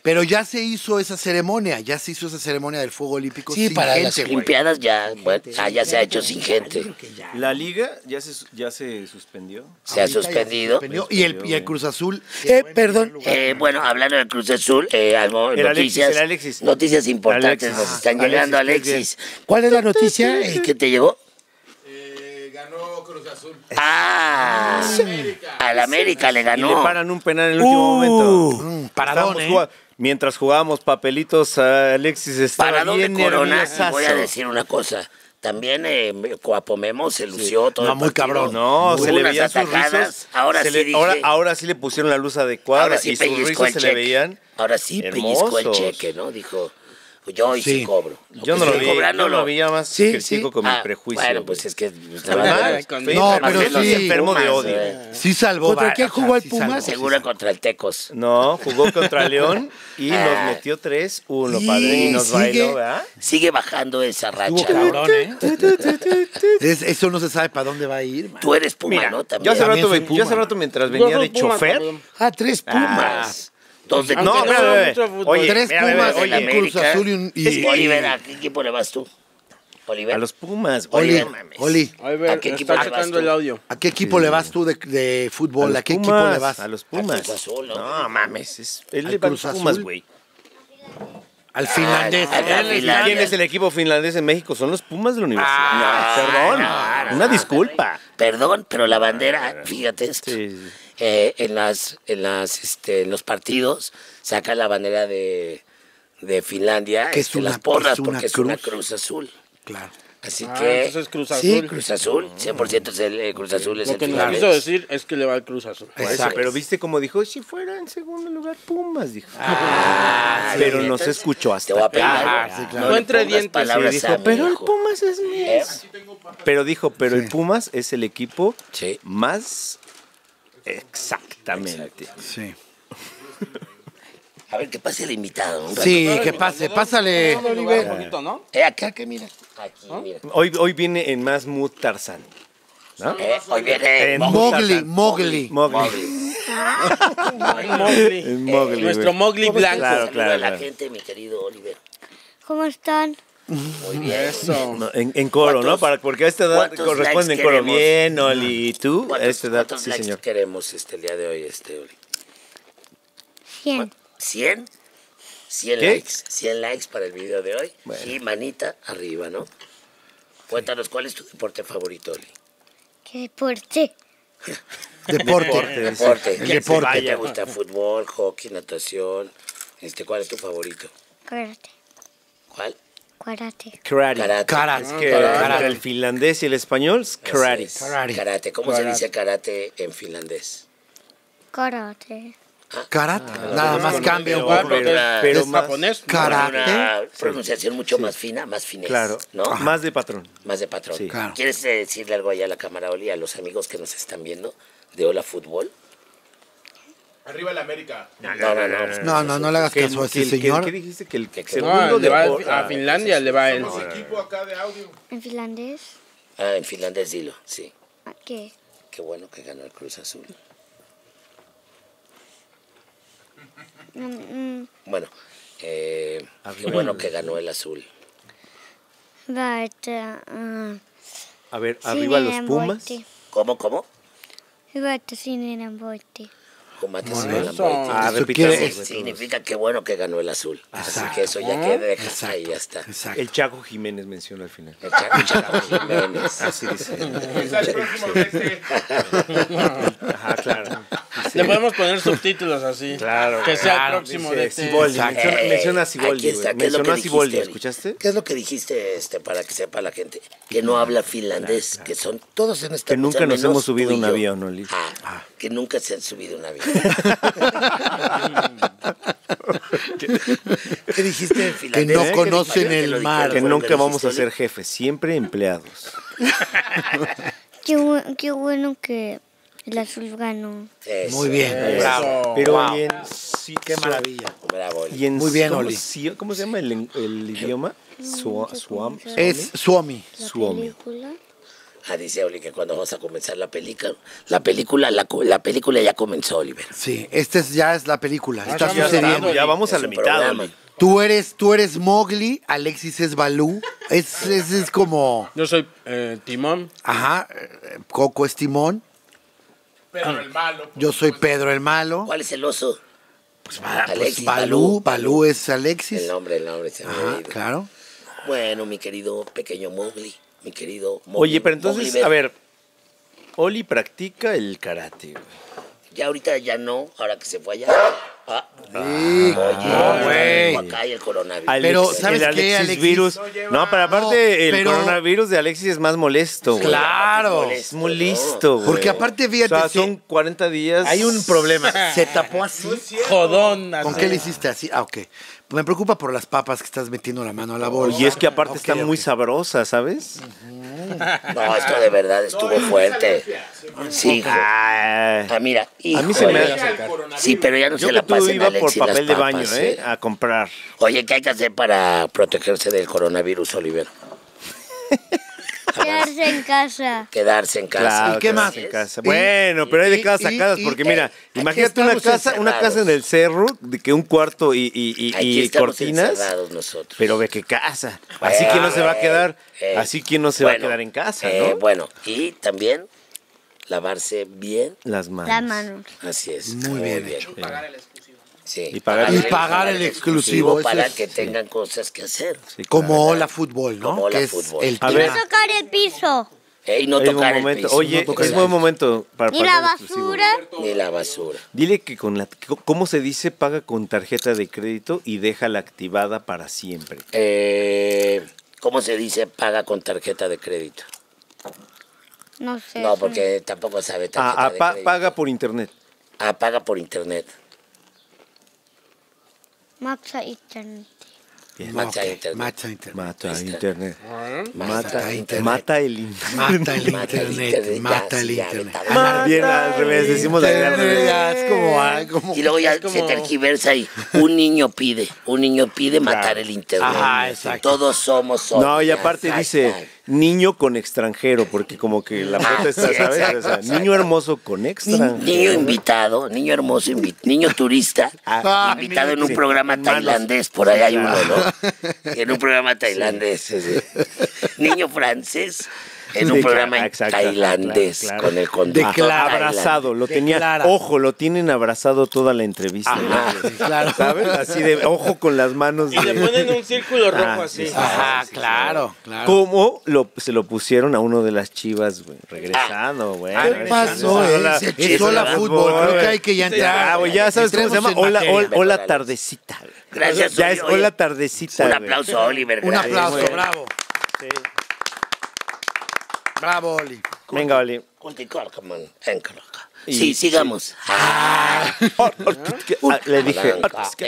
Speaker 1: Pero ya se hizo esa ceremonia, ya se hizo esa ceremonia del fuego olímpico.
Speaker 4: Sí,
Speaker 1: sin
Speaker 4: para
Speaker 1: gente,
Speaker 4: las
Speaker 1: güey.
Speaker 4: Olimpiadas ya, bueno, ah, ya se ha hecho sin gente.
Speaker 2: La liga ya se, ya se suspendió.
Speaker 4: Se ha
Speaker 1: Ahorita ya
Speaker 4: suspendido.
Speaker 1: suspendió. Y el, y el Cruz Azul.
Speaker 4: Eh, perdón. Eh, bueno, hablando del Cruz Azul, eh, algo,
Speaker 2: El Alexis,
Speaker 4: noticias,
Speaker 2: el Alexis.
Speaker 4: noticias importantes
Speaker 2: Alexis.
Speaker 4: nos están
Speaker 2: Ah,
Speaker 4: llegando,
Speaker 2: Alexis,
Speaker 4: Alexis. ¿Cuál es la noticia eh, que te llegó? ganó Cruz Azul. Ah, al América le
Speaker 2: Y le
Speaker 4: ganó.
Speaker 2: paran un penal en el último momento.
Speaker 1: Mm,
Speaker 2: Estábamos
Speaker 1: paradón, ¿eh?
Speaker 2: jugando- Mientras jugábamos papelitos, Alexis estaba
Speaker 4: Parado de
Speaker 2: bien
Speaker 4: Corona,
Speaker 2: nerviosazo.
Speaker 4: voy a decir una cosa. También eh, Coapomemo se lució todo.
Speaker 1: No,
Speaker 4: el
Speaker 1: muy
Speaker 4: partido.
Speaker 1: cabrón.
Speaker 2: No,
Speaker 4: Hubo
Speaker 2: se le
Speaker 4: unas
Speaker 2: veían sus
Speaker 4: atacadas,
Speaker 2: rizos.
Speaker 4: Ahora
Speaker 2: se
Speaker 4: sí
Speaker 2: le-
Speaker 4: dije,
Speaker 2: ahora, ahora sí le pusieron la luz adecuada
Speaker 4: ahora sí
Speaker 2: y sus
Speaker 4: pellizcó
Speaker 2: rizos
Speaker 4: el
Speaker 2: se
Speaker 4: cheque.
Speaker 2: le veían.
Speaker 4: Ahora sí pellizcó el
Speaker 2: hermosos.
Speaker 4: cheque, ¿no? Dijo, yo hoy sí,
Speaker 1: Sí.
Speaker 4: cobro.
Speaker 2: Yo no
Speaker 4: que
Speaker 2: lo
Speaker 4: estoy
Speaker 2: vi, yo
Speaker 4: pues cobrando
Speaker 2: no
Speaker 4: lo-
Speaker 2: lo vi, ya más
Speaker 1: Sí,
Speaker 2: critico
Speaker 1: sí.
Speaker 2: con mi
Speaker 4: Ah,
Speaker 2: prejuicio.
Speaker 4: Bueno,
Speaker 2: güey.
Speaker 4: pues es que...
Speaker 3: mal,
Speaker 2: Estoy
Speaker 3: No,
Speaker 2: enfermo,
Speaker 1: pero
Speaker 2: estoy
Speaker 1: sí.
Speaker 2: enfermo de
Speaker 4: Pumas,
Speaker 2: odio.
Speaker 4: güey.
Speaker 1: Sí salvó.
Speaker 6: ¿Contra
Speaker 1: va-
Speaker 6: quién
Speaker 1: o
Speaker 6: jugó
Speaker 1: sea,
Speaker 6: el
Speaker 1: sí
Speaker 6: Pumas?
Speaker 1: salvó, sí
Speaker 4: Seguro Ah, contra el Tecos.
Speaker 2: No, jugó contra León y
Speaker 4: Ah.
Speaker 2: nos metió 3-1, padre. Y
Speaker 6: Y
Speaker 2: nos
Speaker 6: sigue.
Speaker 2: bailó, ¿verdad?
Speaker 4: Sigue bajando esa racha.
Speaker 1: salvó. Cabrón, ¿eh?
Speaker 3: Pues
Speaker 1: Es- eso no se sabe para dónde va a ir, man.
Speaker 4: Tú eres Puma,
Speaker 2: Mira,
Speaker 4: ¿no? También.
Speaker 2: yo hace
Speaker 1: También
Speaker 2: rato,
Speaker 1: soy
Speaker 2: yo
Speaker 1: Puma,
Speaker 2: hace rato
Speaker 1: man.
Speaker 2: mientras
Speaker 3: Yo soy
Speaker 2: venía de
Speaker 3: Puma
Speaker 2: chofer.
Speaker 3: también.
Speaker 6: Ah, tres Pumas.
Speaker 4: Pumas. Dos de
Speaker 3: Ah,
Speaker 2: No,
Speaker 4: Tigres,
Speaker 3: mira,
Speaker 2: espera,
Speaker 3: veo
Speaker 2: espera,
Speaker 3: mucho
Speaker 2: espera.
Speaker 3: fútbol.
Speaker 2: Oye,
Speaker 1: Tres
Speaker 2: espera, espera,
Speaker 1: Pumas,
Speaker 4: del
Speaker 2: oye,
Speaker 1: un Cruz
Speaker 4: América.
Speaker 1: Azul y un- y-
Speaker 4: Es que, Oliver, ¿a qué equipo le vas tú? Oliver.
Speaker 2: A los Pumas, güey.
Speaker 1: Oli,
Speaker 2: no mames.
Speaker 1: Oli,
Speaker 3: A
Speaker 4: ¿A
Speaker 3: ver,
Speaker 4: qué equipo
Speaker 3: está
Speaker 4: le vas
Speaker 3: checando
Speaker 4: tú?
Speaker 3: el audio.
Speaker 1: ¿a qué equipo le vas tú de, de
Speaker 2: A
Speaker 1: fútbol?
Speaker 2: los
Speaker 1: ¿A qué
Speaker 2: Pumas,
Speaker 1: equipo le vas?
Speaker 2: A los
Speaker 4: Al
Speaker 2: Pumas.
Speaker 4: Cruz Azul, ¿no?
Speaker 2: No mames, es, él
Speaker 1: Al
Speaker 2: le va a
Speaker 1: Cruz
Speaker 2: los Pumas,
Speaker 1: Azul.
Speaker 2: güey.
Speaker 1: Al finlandés.
Speaker 4: Ah, al
Speaker 2: ¿Y
Speaker 4: Finlandia.
Speaker 2: quién es el equipo finlandés en México? Son los Pumas de la universidad. Ah, Perdón,
Speaker 4: no, no,
Speaker 2: una
Speaker 4: no.
Speaker 2: disculpa.
Speaker 4: Perdón, pero la
Speaker 3: Ah,
Speaker 4: bandera, fíjate esto.
Speaker 2: Sí, sí.
Speaker 4: Eh, en las, en las, este, en los partidos saca la bandera de, de Finlandia,
Speaker 1: Que es
Speaker 4: este,
Speaker 1: una-
Speaker 4: las porras,
Speaker 1: es una
Speaker 4: porque es una
Speaker 1: cruz.
Speaker 4: cruz azul.
Speaker 1: Claro.
Speaker 4: Así
Speaker 3: Ah,
Speaker 4: que.
Speaker 3: entonces Cruz
Speaker 4: Sí,
Speaker 3: Azul. Mm.
Speaker 4: Cruz Azul, 100% es el eh, Cruz Azul, es
Speaker 3: Lo
Speaker 4: el
Speaker 3: que nos
Speaker 4: finlandés.
Speaker 3: quiso decir es que le va al Cruz Azul.
Speaker 2: Por eso,
Speaker 4: Exacto.
Speaker 2: pero viste cómo dijo, si fuera en segundo lugar Pumas, dijo.
Speaker 4: Ah,
Speaker 2: pero no se escuchó hasta
Speaker 4: Te voy a pegar.
Speaker 2: acá.
Speaker 4: güey.
Speaker 1: Ah, sí, claro.
Speaker 4: No
Speaker 3: No
Speaker 4: le
Speaker 3: entre
Speaker 4: pongas
Speaker 3: dientes,
Speaker 2: Sí,
Speaker 4: palabras
Speaker 2: dijo,
Speaker 4: a mi
Speaker 2: pero el
Speaker 4: hijo".
Speaker 2: Pumas es mi
Speaker 4: ¿Eh?
Speaker 2: Pero dijo, pero el
Speaker 1: Sí.
Speaker 2: Pumas es el equipo
Speaker 4: Sí.
Speaker 2: más exactamente.
Speaker 1: Sí.
Speaker 4: A ver, que pase el invitado. un rato.
Speaker 1: Sí, que pase, pásale.
Speaker 3: Un poquito, ¿no?
Speaker 4: Eh, acá, que mira. Aquí, mira.
Speaker 2: Hoy, hoy viene en más mood Tarzán. ¿no?
Speaker 4: Eh, hoy viene
Speaker 2: En
Speaker 4: Mowgli.
Speaker 1: Mowgli, Mowgli.
Speaker 2: Mowgli.
Speaker 4: Mowgli.
Speaker 3: Mowgli.
Speaker 2: Es Mowgli,
Speaker 3: Nuestro
Speaker 2: güey.
Speaker 3: Mowgli
Speaker 4: ¿Cómo
Speaker 3: blanco.
Speaker 4: estás?
Speaker 2: Claro,
Speaker 4: Saluda
Speaker 2: claro,
Speaker 4: a la
Speaker 2: claro.
Speaker 4: gente, mi querido Oliver.
Speaker 5: ¿Cómo están?
Speaker 4: Muy bien.
Speaker 3: Eso.
Speaker 2: No, en, en coro, ¿no?
Speaker 4: ¿Cuántos-
Speaker 2: Para, porque a esta edad
Speaker 4: cuántos
Speaker 2: corresponde en
Speaker 4: likes
Speaker 2: coro.
Speaker 4: queremos?
Speaker 2: Bien, Oli. ¿Y tú? A
Speaker 4: ¿Cuántos,
Speaker 2: esta edad,
Speaker 4: cuántos
Speaker 2: sí,
Speaker 4: likes
Speaker 2: señor.
Speaker 4: queremos este, el día de hoy, este, Oli?
Speaker 5: 100.
Speaker 4: ¿Cien? Cien
Speaker 2: ¿Qué?
Speaker 4: likes. Cien likes para el video de hoy. Y manita arriba, ¿no? Cuéntanos, ¿cuál es tu deporte favorito, Oli?
Speaker 5: ¿Qué deporte?
Speaker 1: Deporte.
Speaker 4: Deporte.
Speaker 1: El
Speaker 4: ¿Qué-
Speaker 1: deporte.
Speaker 4: ¿Qué te gusta? ¿Fútbol, hockey, natación? Este, ¿Cuál es tu favorito?
Speaker 5: Karate.
Speaker 4: ¿Cuál?
Speaker 5: Karate.
Speaker 2: Karate.
Speaker 1: Mm, Karate.
Speaker 2: Es que entre el finlandés y el español, es
Speaker 4: Así
Speaker 2: karate.
Speaker 4: es.
Speaker 1: Karate.
Speaker 4: Karate. ¿Cómo se dice karate en finlandés?
Speaker 5: Karate.
Speaker 1: Karate. Nada más cambia un
Speaker 2: Pero,
Speaker 1: poco.
Speaker 2: pero,
Speaker 4: Claro.
Speaker 2: pero
Speaker 3: es
Speaker 2: más,
Speaker 3: japonés.
Speaker 1: Karate.
Speaker 4: Una pronunciación mucho más fina, más finés.
Speaker 2: claro,
Speaker 4: ¿no?
Speaker 2: más de patrón.
Speaker 4: Más de patrón.
Speaker 2: Sí.
Speaker 1: Claro.
Speaker 4: ¿Quieres eh, decirle algo allá a la cámara, Oli, a los amigos que nos están viendo de Hola Fútbol?
Speaker 6: Arriba la América.
Speaker 4: No, no, no. No,
Speaker 1: No, no, no le hagas
Speaker 2: ¿Qué,
Speaker 1: caso a ese
Speaker 2: qué- qué-
Speaker 1: señor.
Speaker 2: qué dijiste? Que el
Speaker 4: Que- que-
Speaker 2: segundo
Speaker 3: No, le va
Speaker 2: depor-
Speaker 3: a, a
Speaker 2: ah,
Speaker 3: Finlandia, le va él.
Speaker 6: Somos Pues equipo acá de audio.
Speaker 5: ¿En finlandés?
Speaker 4: Ah, en finlandés dilo, sí.
Speaker 5: ¿A ¿Qué?
Speaker 4: Qué bueno que ganó el Cruz Azul. Bueno, eh, qué bueno que ganó el azul.
Speaker 5: But, uh,
Speaker 2: A ver, arriba los Pumas.
Speaker 4: ¿Cómo, cómo?
Speaker 5: But sininen voitti.
Speaker 4: Combate
Speaker 2: Ah,
Speaker 1: Eso
Speaker 2: repitamos,
Speaker 1: quiere-
Speaker 2: güey,
Speaker 4: Significa que bueno que ganó el azul. Así que eso ya queda ahí, ya está.
Speaker 1: Exacto.
Speaker 2: El Chaco Jiménez menciona al final.
Speaker 4: El Chaco Chaco Jiménez.
Speaker 2: Así dice.
Speaker 6: Quizá el próximo mes. eh,
Speaker 2: Ajá, claro.
Speaker 3: Le podemos poner subtítulos así.
Speaker 2: Claro,
Speaker 3: Que sea
Speaker 2: claro,
Speaker 3: el próximo
Speaker 2: dice
Speaker 3: de este.
Speaker 2: Siboldi. Menciona-
Speaker 4: Eh,
Speaker 2: menciona a
Speaker 4: aquí
Speaker 2: Siboldi,
Speaker 4: está,
Speaker 2: güey.
Speaker 4: ¿qué es lo
Speaker 2: Menciona a
Speaker 4: que
Speaker 2: Siboldi,
Speaker 4: dijiste, Eli?
Speaker 2: ¿escuchaste?
Speaker 4: ¿Qué es lo que dijiste este, para que sepa la gente? Que no habla finlandés, que son todos en esta
Speaker 2: Que nunca
Speaker 4: mesa,
Speaker 2: nos
Speaker 4: menos
Speaker 2: hemos subido
Speaker 4: tú y
Speaker 2: un
Speaker 4: yo.
Speaker 2: avión, Oli.
Speaker 4: Ah, que nunca se han subido un avión. ¿Qué dijiste en finlandés? ¿eh?
Speaker 1: no
Speaker 4: ¿Qué
Speaker 1: conocen
Speaker 4: dijiste?
Speaker 1: el
Speaker 4: Lo
Speaker 1: mar.
Speaker 2: Que
Speaker 4: fue lo
Speaker 2: nunca vamos a
Speaker 4: dijiste,
Speaker 2: ser jefes, siempre empleados.
Speaker 5: Qué, bu- qué bueno que el azul ganó.
Speaker 4: Eli. Eso,
Speaker 1: Muy bien.
Speaker 3: Eso.
Speaker 2: Bravo. Eh, Pero bien, sí,
Speaker 1: Qué maravilla.
Speaker 4: Bravo, Eli.
Speaker 2: Y en
Speaker 1: Muy bien,
Speaker 2: ¿cómo
Speaker 1: Oli.
Speaker 2: si- ¿Cómo se llama el, el idioma? Sua- Suam.
Speaker 1: Es Suomi.
Speaker 5: La
Speaker 2: Suomi.
Speaker 5: película.
Speaker 4: Ah, dice Oli que cuando vamos a comenzar la película, la película, la, co- la película ya comenzó, Oliver.
Speaker 1: Sí, esta es, ya es la película. Está
Speaker 3: estamos
Speaker 1: sucediendo.
Speaker 3: grabando.
Speaker 2: Ah, Ya vamos
Speaker 4: Es
Speaker 2: a la
Speaker 4: un
Speaker 2: mitad,
Speaker 4: programa.
Speaker 2: Oli.
Speaker 1: Tú eres, tú eres Mowgli, Alexis es Balú. Es, es, es como,
Speaker 3: Yo soy eh, Timón.
Speaker 1: ajá, eh, Coco es Timón.
Speaker 6: Pero el malo. por
Speaker 1: Yo soy
Speaker 6: supuesto.
Speaker 1: Pedro el Malo.
Speaker 4: ¿Cuál es el oso?
Speaker 1: Pues, va- pues,
Speaker 4: Alexis,
Speaker 1: Balú,
Speaker 4: Balú.
Speaker 1: Balú es
Speaker 4: El
Speaker 1: Alexis.
Speaker 4: nombre, el nombre se me
Speaker 2: Ah,
Speaker 4: ha
Speaker 1: Ajá,
Speaker 4: ido.
Speaker 1: claro.
Speaker 4: Bueno, mi querido pequeño Mowgli, mi querido Mowgli.
Speaker 2: Oye, pero entonces,
Speaker 4: Mowgliver.
Speaker 2: a ver, Oli practica el karate, güey.
Speaker 4: Ya ahorita ya no, ahora que se fue allá. Ah,
Speaker 1: Sí, no, güey.
Speaker 4: tengo acá y el coronavirus.
Speaker 2: Alex-
Speaker 1: Pero, ¿sabes
Speaker 2: el
Speaker 1: qué,
Speaker 2: Alexis
Speaker 1: Alexis?
Speaker 2: virus.
Speaker 6: No lleva-
Speaker 2: No, pero aparte,
Speaker 1: No,
Speaker 2: el
Speaker 1: pero-
Speaker 2: coronavirus de Alexis es más molesto, güey.
Speaker 1: Claro.
Speaker 2: Es muy listo, güey.
Speaker 1: Porque aparte, fíjate,
Speaker 2: O sea,
Speaker 1: sí.
Speaker 2: son 40 días.
Speaker 1: Hay un problema. Se tapó así.
Speaker 3: Jodón.
Speaker 1: ¿Con
Speaker 3: así.
Speaker 1: qué le hiciste así? Ah, ok. Me preocupa por las papas que estás metiendo la mano a la bolsa.
Speaker 2: Y es que aparte
Speaker 1: Ok,
Speaker 2: está
Speaker 1: ok.
Speaker 2: muy sabrosa, ¿sabes?
Speaker 4: No, esto de verdad estuvo fuerte. Sí, hijo.
Speaker 2: Ah,
Speaker 4: Ah, mira,
Speaker 2: a mí se me
Speaker 4: híjole.
Speaker 2: hace.
Speaker 4: Sí, pero ya no
Speaker 2: Yo
Speaker 4: se
Speaker 2: que
Speaker 4: la
Speaker 2: tú
Speaker 4: pasen
Speaker 2: iba
Speaker 4: a Alexis
Speaker 2: por
Speaker 4: las
Speaker 2: papel de
Speaker 4: papas,
Speaker 2: baño, ¿eh? A comprar.
Speaker 4: Oye, ¿qué hay que hacer para protegerse del coronavirus, Oliver?
Speaker 5: Quedarse en casa.
Speaker 4: Quedarse en casa.
Speaker 1: ¿y qué más?
Speaker 2: en casa.
Speaker 1: Y-
Speaker 2: Bueno, pero hay de
Speaker 1: y-
Speaker 2: casas a
Speaker 1: y-
Speaker 2: casas,
Speaker 1: y-
Speaker 2: porque
Speaker 1: eh,
Speaker 2: mira,
Speaker 4: aquí
Speaker 2: imagínate una
Speaker 4: estamos
Speaker 2: casa, una casa en
Speaker 4: encerrados.
Speaker 2: el cerro, de que un cuarto y, y- y-
Speaker 4: Aquí
Speaker 2: y
Speaker 4: estamos
Speaker 2: cortinas.
Speaker 4: encerrados nosotros.
Speaker 2: Pero ve qué casa. Así que no se va a quedar,
Speaker 4: Eh,
Speaker 2: así que no se va a
Speaker 4: bueno,
Speaker 2: quedar en casa,
Speaker 4: eh,
Speaker 2: ¿no?
Speaker 4: Bueno, y también lavarse bien.
Speaker 2: Las
Speaker 5: La
Speaker 2: manos.
Speaker 5: mano.
Speaker 4: Así es.
Speaker 1: Muy bien hecho.
Speaker 4: Sí.
Speaker 2: Y pagar-
Speaker 1: Y pagar el exclusivo, eso
Speaker 4: para
Speaker 1: es-
Speaker 4: que tengan cosas que hacer.
Speaker 2: Sí, claro.
Speaker 1: Como hola fútbol, ¿no?
Speaker 4: Como Hola
Speaker 1: que es
Speaker 4: Fútbol.
Speaker 1: el
Speaker 2: A
Speaker 5: Y
Speaker 1: tema.
Speaker 2: ver.
Speaker 5: no tocar el piso.
Speaker 4: Eh, y no
Speaker 2: Es buen
Speaker 4: tocar el
Speaker 2: momento.
Speaker 4: piso.
Speaker 2: Oye,
Speaker 4: no tocar
Speaker 2: es
Speaker 4: el
Speaker 2: buen
Speaker 4: piso,
Speaker 2: momento para
Speaker 5: Ni la
Speaker 2: pagar el exclusivo. ¿eh?
Speaker 5: basura.
Speaker 4: Ni la basura.
Speaker 2: Dile que con la cómo se dice paga con tarjeta de crédito y déjala activada para siempre.
Speaker 4: Eh, ¿Cómo se dice paga con tarjeta de crédito?
Speaker 5: No sé.
Speaker 4: No,
Speaker 5: es un-
Speaker 4: porque tampoco sabe
Speaker 2: Ah,
Speaker 4: tarjeta
Speaker 2: ah,
Speaker 4: de
Speaker 2: pa-
Speaker 4: crédito.
Speaker 2: paga por internet.
Speaker 4: Ah, paga por internet.
Speaker 5: Maxa internet.
Speaker 2: Bien.
Speaker 4: Mata
Speaker 1: Ok,
Speaker 4: internet.
Speaker 1: Mata internet.
Speaker 2: Mata
Speaker 4: Está- Ah,
Speaker 2: internet.
Speaker 4: Mata
Speaker 1: Mata
Speaker 4: internet.
Speaker 1: internet.
Speaker 2: Mata el internet.
Speaker 1: Mata el
Speaker 4: Mata el internet,
Speaker 1: internet. Mata el
Speaker 4: ya, ya,
Speaker 1: internet.
Speaker 4: ya,
Speaker 1: Ah,
Speaker 4: Mata
Speaker 2: Bien, al revés, decimos al
Speaker 1: internet,
Speaker 2: revés.
Speaker 1: ya, es como, ah, como-
Speaker 4: Y luego ya
Speaker 3: Es como-
Speaker 4: se tergiversa y un niño pide, un niño pide matar
Speaker 2: Claro.
Speaker 4: el internet.
Speaker 1: Ajá, exacto.
Speaker 4: Todos somos zombies.
Speaker 2: No, y aparte
Speaker 4: Hashtag.
Speaker 2: dice niño con extranjero, porque como que la foto está,
Speaker 4: sí,
Speaker 2: ¿sabes?
Speaker 4: exacto,
Speaker 2: O sea,
Speaker 4: exacto.
Speaker 2: niño hermoso con
Speaker 4: Ni- Niño
Speaker 2: extranjero.
Speaker 4: invitado, niño hermoso, invi- niño turista,
Speaker 2: Ah,
Speaker 4: invitado en un
Speaker 2: sí.
Speaker 4: programa
Speaker 2: Manos.
Speaker 4: tailandés, por ahí hay uno, ¿no? En un programa tailandés. ese. Niño francés en un
Speaker 2: Sí,
Speaker 4: programa
Speaker 2: claro, exacto,
Speaker 4: tailandés
Speaker 2: claro, claro.
Speaker 4: con el conductor.
Speaker 1: Declara.
Speaker 4: tailandés.
Speaker 2: abrazado, lo tenía,
Speaker 1: Declara.
Speaker 2: ojo, lo tienen abrazado toda la entrevista.
Speaker 4: Ajá.
Speaker 2: ¿no? ¿Sabes? Así de ojo con las manos.
Speaker 3: Y le
Speaker 2: de-
Speaker 3: ponen un círculo rojo
Speaker 2: Ah,
Speaker 3: así.
Speaker 2: sí, sí.
Speaker 1: Ajá, claro, claro.
Speaker 2: ¿Cómo lo, se lo pusieron a uno de las chivas, güey? Regresando,
Speaker 4: Ah.
Speaker 2: güey.
Speaker 1: ¿Qué
Speaker 2: Regresando.
Speaker 1: pasó, eh?
Speaker 2: Hola.
Speaker 1: Se
Speaker 4: es
Speaker 1: echó la
Speaker 4: hola,
Speaker 1: fútbol. Creo que hay que ya
Speaker 2: Ah,
Speaker 1: entrar.
Speaker 2: güey, ya sabes cómo se llama.
Speaker 1: Entremos en
Speaker 2: Hola,
Speaker 1: materia.
Speaker 2: hola, hola tardecita. güey.
Speaker 4: Gracias,
Speaker 2: Ya
Speaker 4: oye,
Speaker 2: es
Speaker 4: oye.
Speaker 2: hola tardecita.
Speaker 4: Un
Speaker 2: güey.
Speaker 4: aplauso a Oliver.
Speaker 1: Un
Speaker 4: gracias.
Speaker 1: aplauso,
Speaker 2: güey.
Speaker 1: bravo. Bravo, Oli.
Speaker 2: Venga, Oli.
Speaker 4: Culticorca, man, encorca.
Speaker 2: Y-
Speaker 4: Sí, sigamos. Ah,
Speaker 2: Ah, Le dije,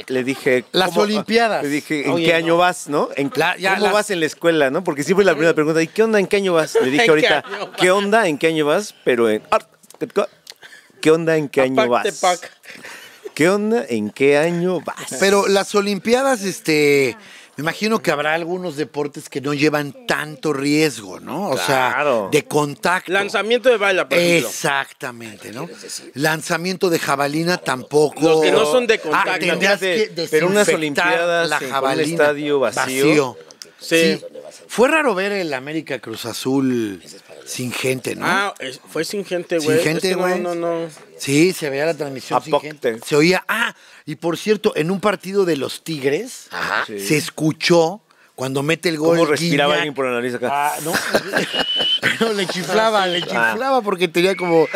Speaker 2: le dije.
Speaker 1: Las
Speaker 2: ¿cómo-
Speaker 1: Olimpiadas.
Speaker 2: Le dije, ¿en
Speaker 1: Oye,
Speaker 2: qué
Speaker 1: no.
Speaker 2: año vas, no? ¿En,
Speaker 1: La- ya
Speaker 2: ¿Cómo
Speaker 1: las-
Speaker 2: vas en la escuela, no? Porque siempre la primera pregunta, ¿y qué onda, en qué año vas? Le dije
Speaker 3: ¿En qué
Speaker 2: ahorita,
Speaker 3: año vas?
Speaker 2: ¿qué onda, en qué año vas? Pero en. ah, ¿Qué onda, en qué año
Speaker 3: Aparte,
Speaker 2: vas?
Speaker 3: pac.
Speaker 2: ¿Qué onda, en qué año vas?
Speaker 1: Pero las Olimpiadas, este, me imagino que habrá algunos deportes que no llevan tanto riesgo, ¿no? O sea,
Speaker 2: Claro.
Speaker 1: de contacto.
Speaker 3: Lanzamiento de bala, por ejemplo.
Speaker 1: Exactamente, ¿no? Lanzamiento de jabalina tampoco.
Speaker 3: Los que no son de contacto.
Speaker 1: Ah, tendrías que
Speaker 2: Imagínate, pero unas
Speaker 1: desinfectar
Speaker 2: Olimpiadas
Speaker 1: la
Speaker 2: en un
Speaker 1: jabalina.
Speaker 2: estadio vacío.
Speaker 3: Sí.
Speaker 1: Fue raro ver el América Cruz Azul sin gente, ¿no?
Speaker 3: Ah, es- fue sin gente,
Speaker 1: Sin
Speaker 3: güey. Es
Speaker 1: gente,
Speaker 3: que
Speaker 1: güey.
Speaker 3: No, no, no.
Speaker 1: Sí, se veía la transmisión sin
Speaker 2: Apócate.
Speaker 1: gente. Se oía. Ah, y por cierto, en un partido de los Tigres
Speaker 4: Ajá.
Speaker 2: Sí.
Speaker 1: se escuchó cuando mete el gol.
Speaker 2: ¿Cómo respiraba
Speaker 1: Guiñac.
Speaker 2: alguien por la nariz acá?
Speaker 1: Ah, no. Pero le chiflaba, le
Speaker 2: Ah.
Speaker 1: chiflaba porque tenía como.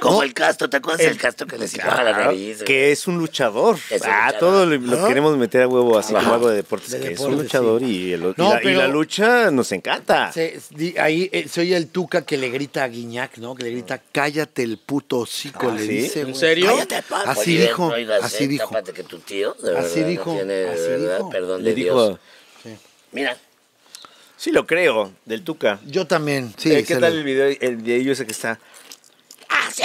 Speaker 4: Como
Speaker 1: No,
Speaker 4: el casto, ¿te acuerdas del casto que le citaba la
Speaker 2: Claro,
Speaker 4: nariz? güey?
Speaker 2: que es un luchador.
Speaker 4: Es un
Speaker 2: ah,
Speaker 4: luchador.
Speaker 2: todo lo, lo
Speaker 1: ¿No?
Speaker 2: queremos meter a huevo así como algo de deportes.
Speaker 1: De
Speaker 2: que es un
Speaker 1: deportes,
Speaker 2: luchador
Speaker 1: sí.
Speaker 2: y, el- y
Speaker 1: No,
Speaker 2: la, y
Speaker 1: pero-
Speaker 2: la lucha nos encanta.
Speaker 1: se- di- ahí eh, se oye el Tuca que le grita a Guiñac, ¿no? Que le grita, cállate el puto hocico,
Speaker 2: Ah,
Speaker 1: le
Speaker 2: ¿sí?
Speaker 1: dice.
Speaker 3: ¿En
Speaker 1: güey.
Speaker 3: serio?
Speaker 4: Cállate, Paco.
Speaker 1: Así
Speaker 4: Oliver,
Speaker 1: dijo,
Speaker 4: no oigas,
Speaker 1: así
Speaker 4: eh,
Speaker 1: dijo.
Speaker 4: tápate que tu tío, de
Speaker 1: Así
Speaker 4: verdad, no
Speaker 1: dijo,
Speaker 4: tiene, de
Speaker 1: así
Speaker 4: verdad,
Speaker 1: dijo.
Speaker 4: perdón
Speaker 2: Le
Speaker 4: de
Speaker 2: dijo,
Speaker 4: Dios. Mira,
Speaker 2: sí lo creo, del Tuca.
Speaker 1: Yo también, sí.
Speaker 2: Eh, ¿Qué
Speaker 1: se
Speaker 2: tal
Speaker 1: lo-
Speaker 2: el video, el video ese que está?
Speaker 4: ¡ah, sí!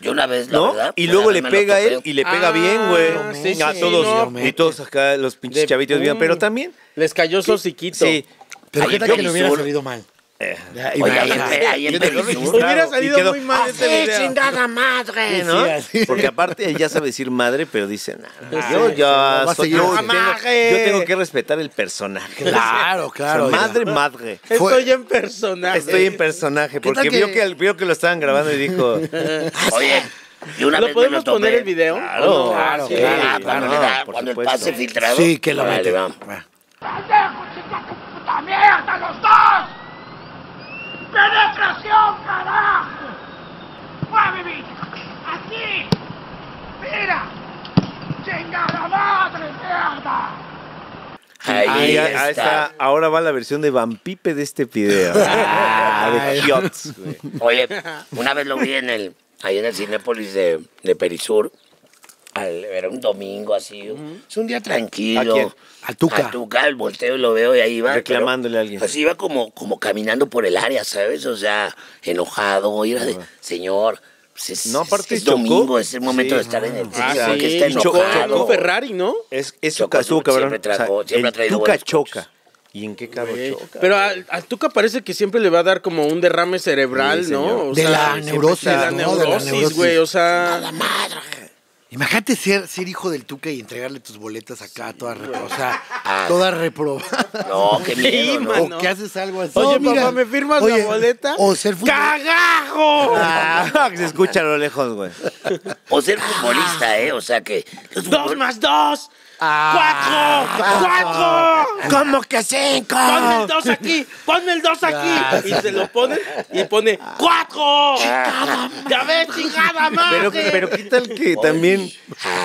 Speaker 4: Yo una vez, la
Speaker 2: ¿No?
Speaker 4: verdad,
Speaker 2: y
Speaker 4: una
Speaker 2: luego
Speaker 4: vez
Speaker 2: le
Speaker 4: me lo
Speaker 2: pega
Speaker 4: topé.
Speaker 2: él y le pega
Speaker 3: Ah,
Speaker 2: bien, güey.
Speaker 1: sí,
Speaker 2: a
Speaker 1: sí,
Speaker 2: todos.
Speaker 1: no.
Speaker 2: y todos acá, los pinches
Speaker 3: De
Speaker 2: chavitos bien.
Speaker 3: pum.
Speaker 2: Pero también,
Speaker 3: Les cayó sosiquito.
Speaker 2: sí.
Speaker 1: Pero
Speaker 4: Ahí
Speaker 1: qué
Speaker 4: en
Speaker 1: tal que le hubiera
Speaker 4: Perisur.
Speaker 1: salido mal.
Speaker 2: eh,
Speaker 1: Ya,
Speaker 4: Oye, ahí en,
Speaker 1: imagínate.
Speaker 4: Pe- ahí en ¡Ah, Perisur.
Speaker 2: registrado
Speaker 3: Hubiera
Speaker 2: y
Speaker 3: salido
Speaker 2: quedó,
Speaker 3: muy mal este video.
Speaker 1: Sí,
Speaker 2: madre,
Speaker 1: sí,
Speaker 2: ¿no?
Speaker 1: así.
Speaker 2: Porque aparte ella sabe decir madre, pero dice, "Nah, nah,
Speaker 1: Sí,
Speaker 2: yo
Speaker 1: sí,
Speaker 2: ya
Speaker 1: va a
Speaker 2: soy-
Speaker 1: seguir
Speaker 2: yo,
Speaker 1: así.
Speaker 2: tengo, yo tengo que respetar el personaje.
Speaker 1: Claro, claro.
Speaker 2: O sea,
Speaker 1: ya.
Speaker 2: madre, madre.
Speaker 1: Fue-
Speaker 3: Estoy en personaje.
Speaker 2: Estoy en personaje,
Speaker 1: ¿Qué tal
Speaker 2: porque vio,
Speaker 1: que-
Speaker 2: que, vio que lo estaban grabando y dijo,
Speaker 4: Oye, y una
Speaker 3: ¿Lo
Speaker 4: vez me lo
Speaker 3: podemos
Speaker 4: topé.
Speaker 3: poner el video?
Speaker 2: claro,
Speaker 1: claro,
Speaker 2: sí,
Speaker 1: claro,
Speaker 4: Ah,
Speaker 1: claro,
Speaker 4: cuando, le da-
Speaker 2: por
Speaker 4: cuando el
Speaker 2: supuesto.
Speaker 4: pase filtrado.
Speaker 1: Sí, que lo
Speaker 4: Órale,
Speaker 1: mete.
Speaker 4: va.
Speaker 1: Va.
Speaker 7: ¡Pendejos, chica, tu puta mierda, los dos! ¡Penetración, carajo! ¡Muéveme! ¡Aquí! ¡Mira! ¡Chingada madre, mierda!
Speaker 4: Ahí,
Speaker 2: Ahí, ahí
Speaker 4: está.
Speaker 2: está. Ahora va la versión de Van Pipe de este video.
Speaker 4: Ah.
Speaker 2: de Hiots, güey.
Speaker 4: Oye, una vez lo vi en el, ahí en el Cinépolis de, de Perisur. al- era un domingo así. Es un día
Speaker 2: ¿A
Speaker 4: tranquilo.
Speaker 2: quién?
Speaker 1: Al Tuca.
Speaker 4: Al Tuca, el volteo y lo veo y ahí va.
Speaker 2: Reclamándole
Speaker 4: pero,
Speaker 2: a alguien.
Speaker 4: Pues iba como, como caminando por el área, ¿sabes? O sea, enojado. Y era de, señor. pues es,
Speaker 2: No,
Speaker 4: es-
Speaker 2: aparte
Speaker 4: es
Speaker 2: chocó.
Speaker 4: domingo, es el momento de
Speaker 2: Sí.
Speaker 4: estar en el.
Speaker 3: Ah,
Speaker 4: tiempo,
Speaker 3: sí.
Speaker 4: que está
Speaker 3: Chocó,
Speaker 4: enojado.
Speaker 3: chocó Ferrari, ¿no?
Speaker 2: Es, es
Speaker 4: Chocó,
Speaker 2: estuvo cabrón.
Speaker 4: siempre trajo-
Speaker 2: O sea,
Speaker 4: siempre ha
Speaker 2: el
Speaker 4: traído
Speaker 2: Tuca
Speaker 4: buenos
Speaker 2: choca. ¿Y en qué carro
Speaker 3: Güey.
Speaker 2: choca?
Speaker 3: Pero al, al Tuca parece que siempre le va a dar como un derrame cerebral,
Speaker 2: Sí, señor.
Speaker 3: ¿no? O
Speaker 1: De la
Speaker 3: siempre
Speaker 1: neurosis,
Speaker 3: De la
Speaker 1: ¿no? De la
Speaker 3: neurosis,
Speaker 1: neurosis.
Speaker 3: güey. O sea,
Speaker 4: La madre.
Speaker 1: Imagínate ser, ser hijo del Tuca y entregarle tus boletas acá, todas, re- o sea,
Speaker 4: Ah.
Speaker 1: todas reprobadas.
Speaker 4: No, qué miedo, ¿no?
Speaker 3: man.
Speaker 1: O que haces algo así.
Speaker 3: Oye,
Speaker 1: No, mira.
Speaker 3: papá, ¿me firmas la boleta?
Speaker 1: O ser futbolista.
Speaker 3: ¡Cagajo!
Speaker 2: Ah, que se escucha a lo lejos, güey.
Speaker 4: O ser futbolista, ¿eh? O sea que. los
Speaker 3: ¡Dos
Speaker 4: futbol-
Speaker 3: más dos! ¡Cuatro! ¡Cuatro!
Speaker 2: ¿Cómo que cinco?
Speaker 3: ¡Ponme el dos aquí! ¡Ponme el dos aquí! Y se lo ponen y pone ¡Cuatro! ¡Ya ves, chingada madre!
Speaker 2: Pero, pero qué tal que también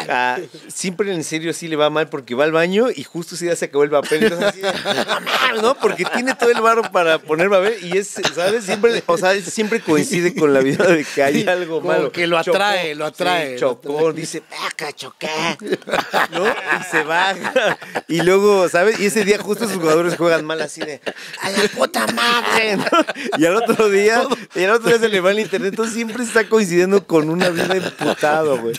Speaker 2: ah, siempre en serio sí le va mal porque va al baño y justo si ya se acabó el papel. Entonces así, "No mames", ¿no? Porque tiene todo el barro para poner papel y es, ¿sabes? Siempre, o sea, él siempre coincide con la vida de que hay algo
Speaker 1: como
Speaker 2: malo.
Speaker 1: que lo
Speaker 2: Chocó,
Speaker 1: atrae, lo atrae,
Speaker 2: sí,
Speaker 1: lo
Speaker 2: chocó, dice, paca, choqué. ¿No? y se baja. Y luego, ¿sabes? Y ese día justo sus jugadores juegan mal así de ¡A la puta madre! ¿no? Y al otro día, y al otro día se le va el internet. Entonces siempre está coincidiendo con una vida emputado, güey.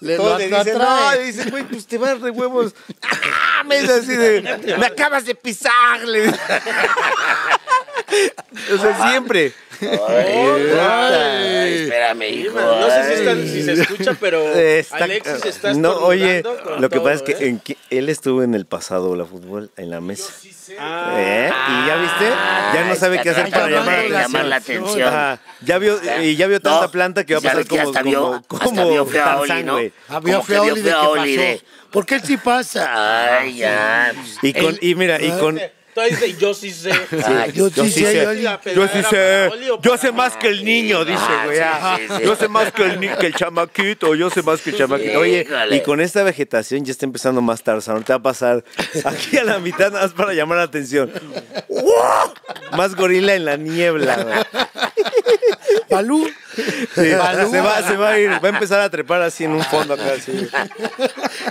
Speaker 1: le
Speaker 2: Todos
Speaker 1: lo
Speaker 2: le dicen,
Speaker 1: atrae.
Speaker 2: no, le dicen, güey, pues te vas re huevos. ¡Ah, me dice así de, me acabas de pisar, le dice. O sea, siempre.
Speaker 4: Ay, espérame,
Speaker 3: Sí,
Speaker 4: hijo.
Speaker 3: man, no sé si, está-
Speaker 4: ay.
Speaker 3: si se escucha, pero
Speaker 2: Está-
Speaker 3: Alexis está
Speaker 2: no, oye,
Speaker 3: estornudando con
Speaker 2: lo que
Speaker 3: todo,
Speaker 2: pasa es que
Speaker 3: ¿eh?
Speaker 2: en que- él estuvo en el pasado la fútbol en la mesa.
Speaker 3: Ah,
Speaker 2: ¿Eh? Y ya viste, ya no
Speaker 4: Ay,
Speaker 2: sabe qué hacer
Speaker 4: está
Speaker 2: para llamar la
Speaker 4: tratando de
Speaker 2: atención.
Speaker 4: llamar la atención.
Speaker 2: Ajá. Ya vio, y ya vio
Speaker 4: No,
Speaker 2: tanta planta que va a pasar
Speaker 4: ¿sabes qué?
Speaker 2: como,
Speaker 4: hasta vio,
Speaker 2: como,
Speaker 4: hasta
Speaker 2: como
Speaker 4: vio feo a Oli,
Speaker 2: Tarzán,
Speaker 4: ¿no?
Speaker 2: güey.
Speaker 1: Ah, vio
Speaker 4: Como que
Speaker 1: feo a Oli de que pasó.
Speaker 4: ¿Por qué sí pasa? Ay, ya.
Speaker 2: Ah, Y con, y mira, y con.
Speaker 3: Entonces dice, yo sí sé.
Speaker 4: Ay,
Speaker 1: Yo sí sé, yo-
Speaker 3: La
Speaker 2: Yo
Speaker 3: pedra
Speaker 2: sí
Speaker 3: era
Speaker 2: sé,
Speaker 3: para Oli o
Speaker 2: yo
Speaker 3: para-
Speaker 2: sé más que el niño, dice,
Speaker 4: Ah,
Speaker 2: güey.
Speaker 4: sí,
Speaker 2: ajá.
Speaker 4: sí, sí.
Speaker 2: Yo sé más que el, ni- que el chamaquito, yo sé más que el chamaquito. Oye,
Speaker 4: Híjole.
Speaker 2: y con esta vegetación ya está empezando más Tarzán. Te va a pasar aquí a la mitad nada más para llamar la atención. ¡Wow! Más gorila en la niebla, güey.
Speaker 1: Balú.
Speaker 2: Sí,
Speaker 1: Balú.
Speaker 2: se, va, se va a ir, va a empezar a trepar así en un fondo acá. Así.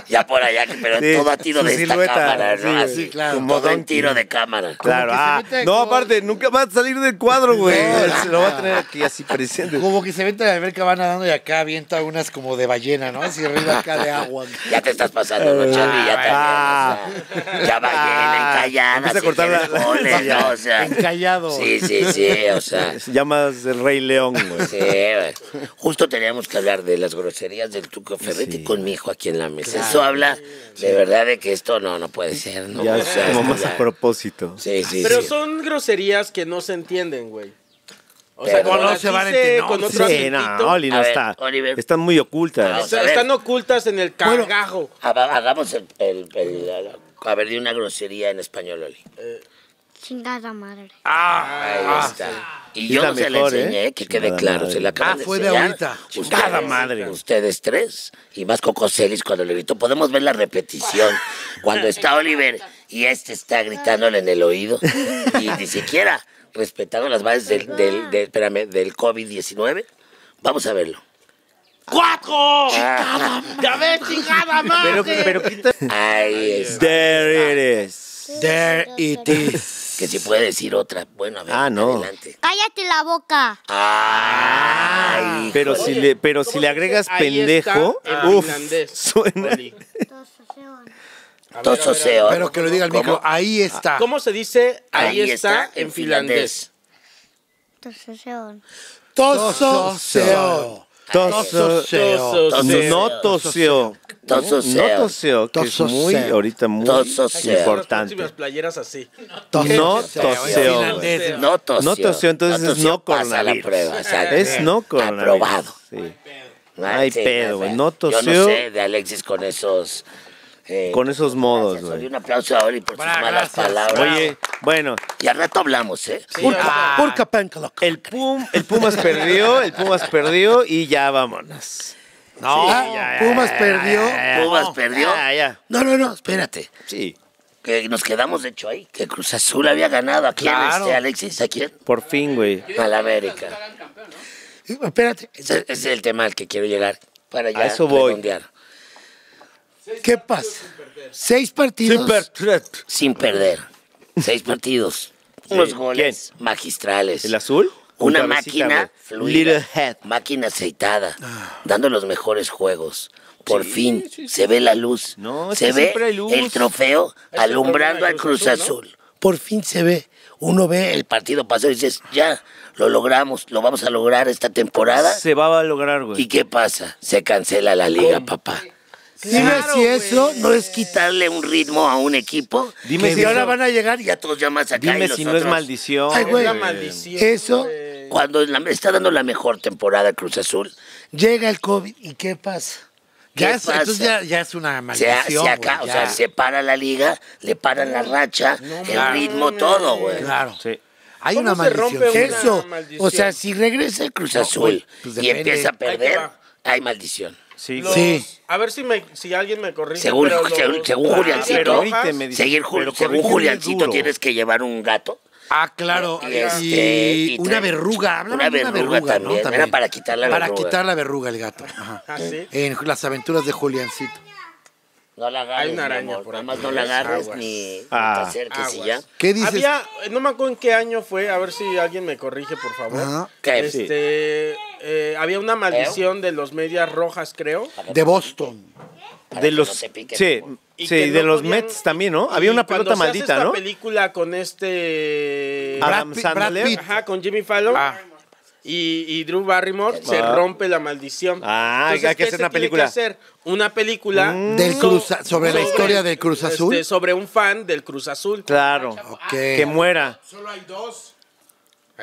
Speaker 4: Ya por allá, que- pero
Speaker 2: Sí,
Speaker 4: todo a tiro
Speaker 2: su
Speaker 4: de esta
Speaker 2: silueta,
Speaker 4: cámara,
Speaker 2: sí,
Speaker 4: ¿no?
Speaker 2: güey.
Speaker 4: Así,
Speaker 2: claro.
Speaker 4: Como todo en
Speaker 2: Donkey.
Speaker 4: tiro de cámara.
Speaker 2: Claro,
Speaker 1: que se
Speaker 2: ah,
Speaker 1: mete
Speaker 2: no,
Speaker 1: con-
Speaker 2: aparte, nunca va a salir del cuadro, güey. Se lo va a tener aquí así presente.
Speaker 1: Como que se vete a la alberca, van nadando y acá avienta unas como de ballena, ¿no? Así arriba acá de agua.
Speaker 4: Ya te estás pasando, ¿no, Charlie? Ya te
Speaker 2: Ah.
Speaker 4: Ya va
Speaker 2: Ah.
Speaker 4: llena, encallada,
Speaker 2: Empieza a
Speaker 4: sin
Speaker 2: cortar la-
Speaker 4: tener goles,
Speaker 2: la-
Speaker 4: ¿no? O sea,
Speaker 1: Encallado.
Speaker 4: Sí, sí, sí, o sea.
Speaker 2: Se llamas el Rey León, güey.
Speaker 4: Sí, güey. justo teníamos que hablar de las groserías del Tuco Ferretti
Speaker 2: Sí.
Speaker 4: con mi hijo aquí en la mesa. Eso habla de verdad de que esto no, no puede ser, ¿no?
Speaker 2: Ya
Speaker 4: O
Speaker 2: es
Speaker 4: sea,
Speaker 2: como
Speaker 4: esto
Speaker 2: más a
Speaker 4: ya-
Speaker 2: propósito.
Speaker 4: Sí, sí,
Speaker 3: Pero
Speaker 4: sí.
Speaker 3: son groserías que no se entienden, güey. O
Speaker 4: Pero
Speaker 3: como
Speaker 4: no
Speaker 3: las
Speaker 1: se van a
Speaker 3: dice
Speaker 1: entender, no,
Speaker 3: Con
Speaker 2: Sí,
Speaker 3: otro
Speaker 2: no,
Speaker 3: acentito,
Speaker 2: Oli no
Speaker 4: A ver,
Speaker 2: está.
Speaker 4: Oliver.
Speaker 2: Están muy
Speaker 4: Vamos
Speaker 2: ocultas.
Speaker 4: a
Speaker 3: está-
Speaker 4: ver.
Speaker 3: están ocultas en el cargajo.
Speaker 4: Haga- Hagamos el, el- el- el- a ver, di una grosería en español, Oli.
Speaker 5: Chingada madre.
Speaker 4: Ahí está. Y
Speaker 2: Es
Speaker 4: yo
Speaker 2: la
Speaker 4: no se la
Speaker 2: mejor,
Speaker 4: enseñé,
Speaker 2: ¿eh?
Speaker 4: que quede
Speaker 2: Chingada
Speaker 4: claro.
Speaker 2: madre.
Speaker 4: Se la acaban
Speaker 1: Ah, Ah, fue de
Speaker 4: enseñar.
Speaker 1: ahorita.
Speaker 4: Ustedes-
Speaker 2: Chingada madre.
Speaker 4: Ustedes tres y más Coco Celis cuando le gritó. Podemos ver la repetición. Cuando está Oliver y este está gritándole en el oído y ni siquiera respetando las bases del, del, del- espérame, del COVID-19. Vamos a verlo.
Speaker 3: ¡Cuatro! ¡Ya ves, chingada madre!
Speaker 2: Pero, pero quita.
Speaker 4: Ahí es.
Speaker 2: There it is.
Speaker 1: There it is.
Speaker 4: Que si puede decir otra. Bueno, a ver.
Speaker 2: Ah, no.
Speaker 4: Adelante.
Speaker 5: ¡Cállate la boca!
Speaker 1: Ah.
Speaker 4: Ay,
Speaker 2: Pero si le, pero si le agregas
Speaker 3: Ahí está
Speaker 2: pendejo,
Speaker 3: en
Speaker 2: uf,
Speaker 3: finlandés,
Speaker 2: suena.
Speaker 3: Oli.
Speaker 4: tososeo.
Speaker 1: Pero que lo diga el micro. Ahí está.
Speaker 3: ¿Cómo se dice? Ahí,
Speaker 4: Ahí
Speaker 3: está,
Speaker 4: está,
Speaker 3: en finlandés.
Speaker 1: Tososeo. Tososeo.
Speaker 4: Tososeo.
Speaker 2: No tosió.
Speaker 4: Tososeo.
Speaker 2: No tosió, que es muy,
Speaker 1: Tososeo.
Speaker 2: ahorita muy
Speaker 4: Tososeo.
Speaker 2: importante.
Speaker 3: Las playeras así.
Speaker 2: No
Speaker 1: Tososeo.
Speaker 2: toseo.
Speaker 1: Finlandés.
Speaker 4: No tosió.
Speaker 2: No tosió, entonces es no
Speaker 4: pasa la
Speaker 2: coronavirus.
Speaker 4: prueba, exacto.
Speaker 2: Es no coronavirus.
Speaker 4: Aprobado.
Speaker 2: Sí.
Speaker 4: No
Speaker 2: Ay,
Speaker 4: sí,
Speaker 2: pedo, güey, no
Speaker 4: Yo
Speaker 2: tosió.
Speaker 4: no sé de Alexis con esos... eh,
Speaker 2: Con esos modos,
Speaker 4: gracias, Oli.
Speaker 2: güey.
Speaker 4: Un aplauso a Oli por sus
Speaker 1: Bra-
Speaker 4: malas
Speaker 1: gracias.
Speaker 4: palabras.
Speaker 2: Oye, bueno,
Speaker 4: Y al rato hablamos, ¿eh?
Speaker 1: Purca- Purca Penclock.
Speaker 2: el, Pum, el Pumas perdió, el Pumas perdió y ya vámonos.
Speaker 1: No, Ah, Pumas perdió.
Speaker 4: Pumas perdió.
Speaker 2: Ya, Ah, ya.
Speaker 4: No, no, no, espérate.
Speaker 2: Sí,
Speaker 4: Que nos quedamos, de hecho, ahí. Que Cruz Azul había ganado. ¿A quién,
Speaker 1: Claro.
Speaker 4: este, Alexis? ¿A quién?
Speaker 2: por fin, güey.
Speaker 4: A la América.
Speaker 1: Espérate,
Speaker 4: Ese, ese es el tema al que quiero llegar. Para ya
Speaker 2: eso voy.
Speaker 4: redondear.
Speaker 1: ¿qué pasa? Seis partidos.
Speaker 4: Sin perder. Seis partidos. Unos goles magistrales.
Speaker 2: ¿El azul?
Speaker 4: Una
Speaker 2: Un cabecita,
Speaker 4: máquina
Speaker 2: güey.
Speaker 4: fluida,
Speaker 2: Little head. Ah.
Speaker 4: máquina aceitada, dando los mejores juegos. Por fin se ve la luz,
Speaker 2: No, es
Speaker 4: se
Speaker 2: que
Speaker 4: ve
Speaker 2: siempre hay luz.
Speaker 4: el trofeo alumbrando
Speaker 3: problema de
Speaker 4: al Cruz
Speaker 3: Cruz Azul,
Speaker 4: Azul. Por fin se ve, uno ve el partido pasado y dices, ya, lo logramos, lo vamos a lograr esta temporada.
Speaker 2: Se va a lograr,
Speaker 4: ¿Y
Speaker 2: güey.
Speaker 4: qué pasa? Se cancela la liga, papá.
Speaker 1: Dime si eso no es que
Speaker 4: Quitarle un ritmo a un equipo.
Speaker 2: Dime
Speaker 4: que
Speaker 2: si
Speaker 4: de ahora
Speaker 2: eso-
Speaker 4: van a llegar ya todos ya más acá.
Speaker 2: Dime
Speaker 4: y los
Speaker 2: si no es
Speaker 4: otros-
Speaker 2: maldición.
Speaker 1: Ay, güey.
Speaker 3: Una maldición.
Speaker 1: Eso
Speaker 3: güey.
Speaker 4: Cuando la- está dando la mejor temporada Cruz Azul,
Speaker 1: llega el COVID y ¿qué pasa? Ya
Speaker 4: ¿Qué
Speaker 1: es,
Speaker 4: pasa?
Speaker 1: Entonces ya, ya es una
Speaker 4: se,
Speaker 1: maldición.
Speaker 4: a- se acá,
Speaker 1: güey, ya.
Speaker 4: o sea, se para la liga, le paran la racha, el ritmo, todo, güey.
Speaker 1: Claro.
Speaker 2: Sí.
Speaker 1: Hay
Speaker 3: ¿Cómo
Speaker 1: una
Speaker 3: se rompe
Speaker 1: maldición.
Speaker 3: una
Speaker 1: Eso.
Speaker 3: maldición?
Speaker 4: O sea, si regresa el Cruz
Speaker 1: No,
Speaker 4: Azul
Speaker 1: pues
Speaker 4: y
Speaker 1: depende.
Speaker 4: empieza a
Speaker 3: Ahí te
Speaker 4: perder,
Speaker 3: va.
Speaker 4: hay maldición.
Speaker 2: Sí,
Speaker 3: Los-
Speaker 1: Sí.
Speaker 3: A ver si, me, si alguien me corrige.
Speaker 4: Según-
Speaker 3: pero los-
Speaker 4: según- según
Speaker 3: Ah,
Speaker 4: Juliancito,
Speaker 3: pero
Speaker 2: gríteme, dice,
Speaker 4: Seguir Jul-
Speaker 2: pero
Speaker 4: según
Speaker 2: corrígeme
Speaker 4: Juliancito
Speaker 2: duro.
Speaker 4: tienes que llevar un gato.
Speaker 1: Ah, claro.
Speaker 4: Y
Speaker 1: Y,
Speaker 4: este, y
Speaker 1: una
Speaker 4: trae-
Speaker 1: verruga. Hablaban
Speaker 4: una
Speaker 1: de
Speaker 4: verruga también, era para quitar la
Speaker 1: Para
Speaker 4: verruga.
Speaker 1: quitar la verruga el gato. ajá.
Speaker 3: Ah, sí.
Speaker 1: En las aventuras de Juliancito.
Speaker 4: No la agarres.
Speaker 3: Hay una
Speaker 4: mi
Speaker 3: araña
Speaker 4: amor,
Speaker 3: por
Speaker 4: nada
Speaker 3: aquí.
Speaker 4: más no la agarres
Speaker 3: Aguas.
Speaker 4: ni ni
Speaker 2: Ah.
Speaker 4: te acerques y ya.
Speaker 3: Aguas.
Speaker 1: ¿Qué dices?
Speaker 3: Había, no me acuerdo en qué año fue, a ver si alguien me corrige, por favor.
Speaker 1: Ajá.
Speaker 4: ¿Qué?
Speaker 3: Este, eh, había una maldición de los medias rojas, creo.
Speaker 1: De Boston.
Speaker 4: Para
Speaker 2: de
Speaker 4: que
Speaker 2: los
Speaker 4: no te pique,
Speaker 2: sí,
Speaker 4: por favor.
Speaker 3: Y
Speaker 2: sí,
Speaker 3: que
Speaker 2: de
Speaker 3: no
Speaker 2: los
Speaker 3: podían-
Speaker 2: Mets también, ¿no?
Speaker 3: Y
Speaker 2: Había una
Speaker 3: cuando
Speaker 2: pelota
Speaker 3: se hace
Speaker 2: maldita,
Speaker 3: esta
Speaker 2: ¿no?
Speaker 3: película con este...
Speaker 1: Ah,
Speaker 2: Adam
Speaker 1: Brad Pitt- Brad
Speaker 2: Sandler.
Speaker 1: Pitt.
Speaker 3: Ajá, con Jimmy Fallon. Y, y Drew Barrymore se
Speaker 2: Ah.
Speaker 3: rompe la maldición.
Speaker 2: Ah, hay que
Speaker 3: ¿qué
Speaker 2: hacer
Speaker 3: se
Speaker 2: una
Speaker 3: tiene
Speaker 2: película?
Speaker 3: que hacer una película
Speaker 1: Mm. Del
Speaker 3: so-
Speaker 1: Cruz A- sobre la historia del Cruz
Speaker 3: este,
Speaker 1: Azul.
Speaker 3: sobre un fan del Cruz Azul.
Speaker 2: Claro.
Speaker 1: Ok.
Speaker 2: Que muera.
Speaker 6: Solo hay dos.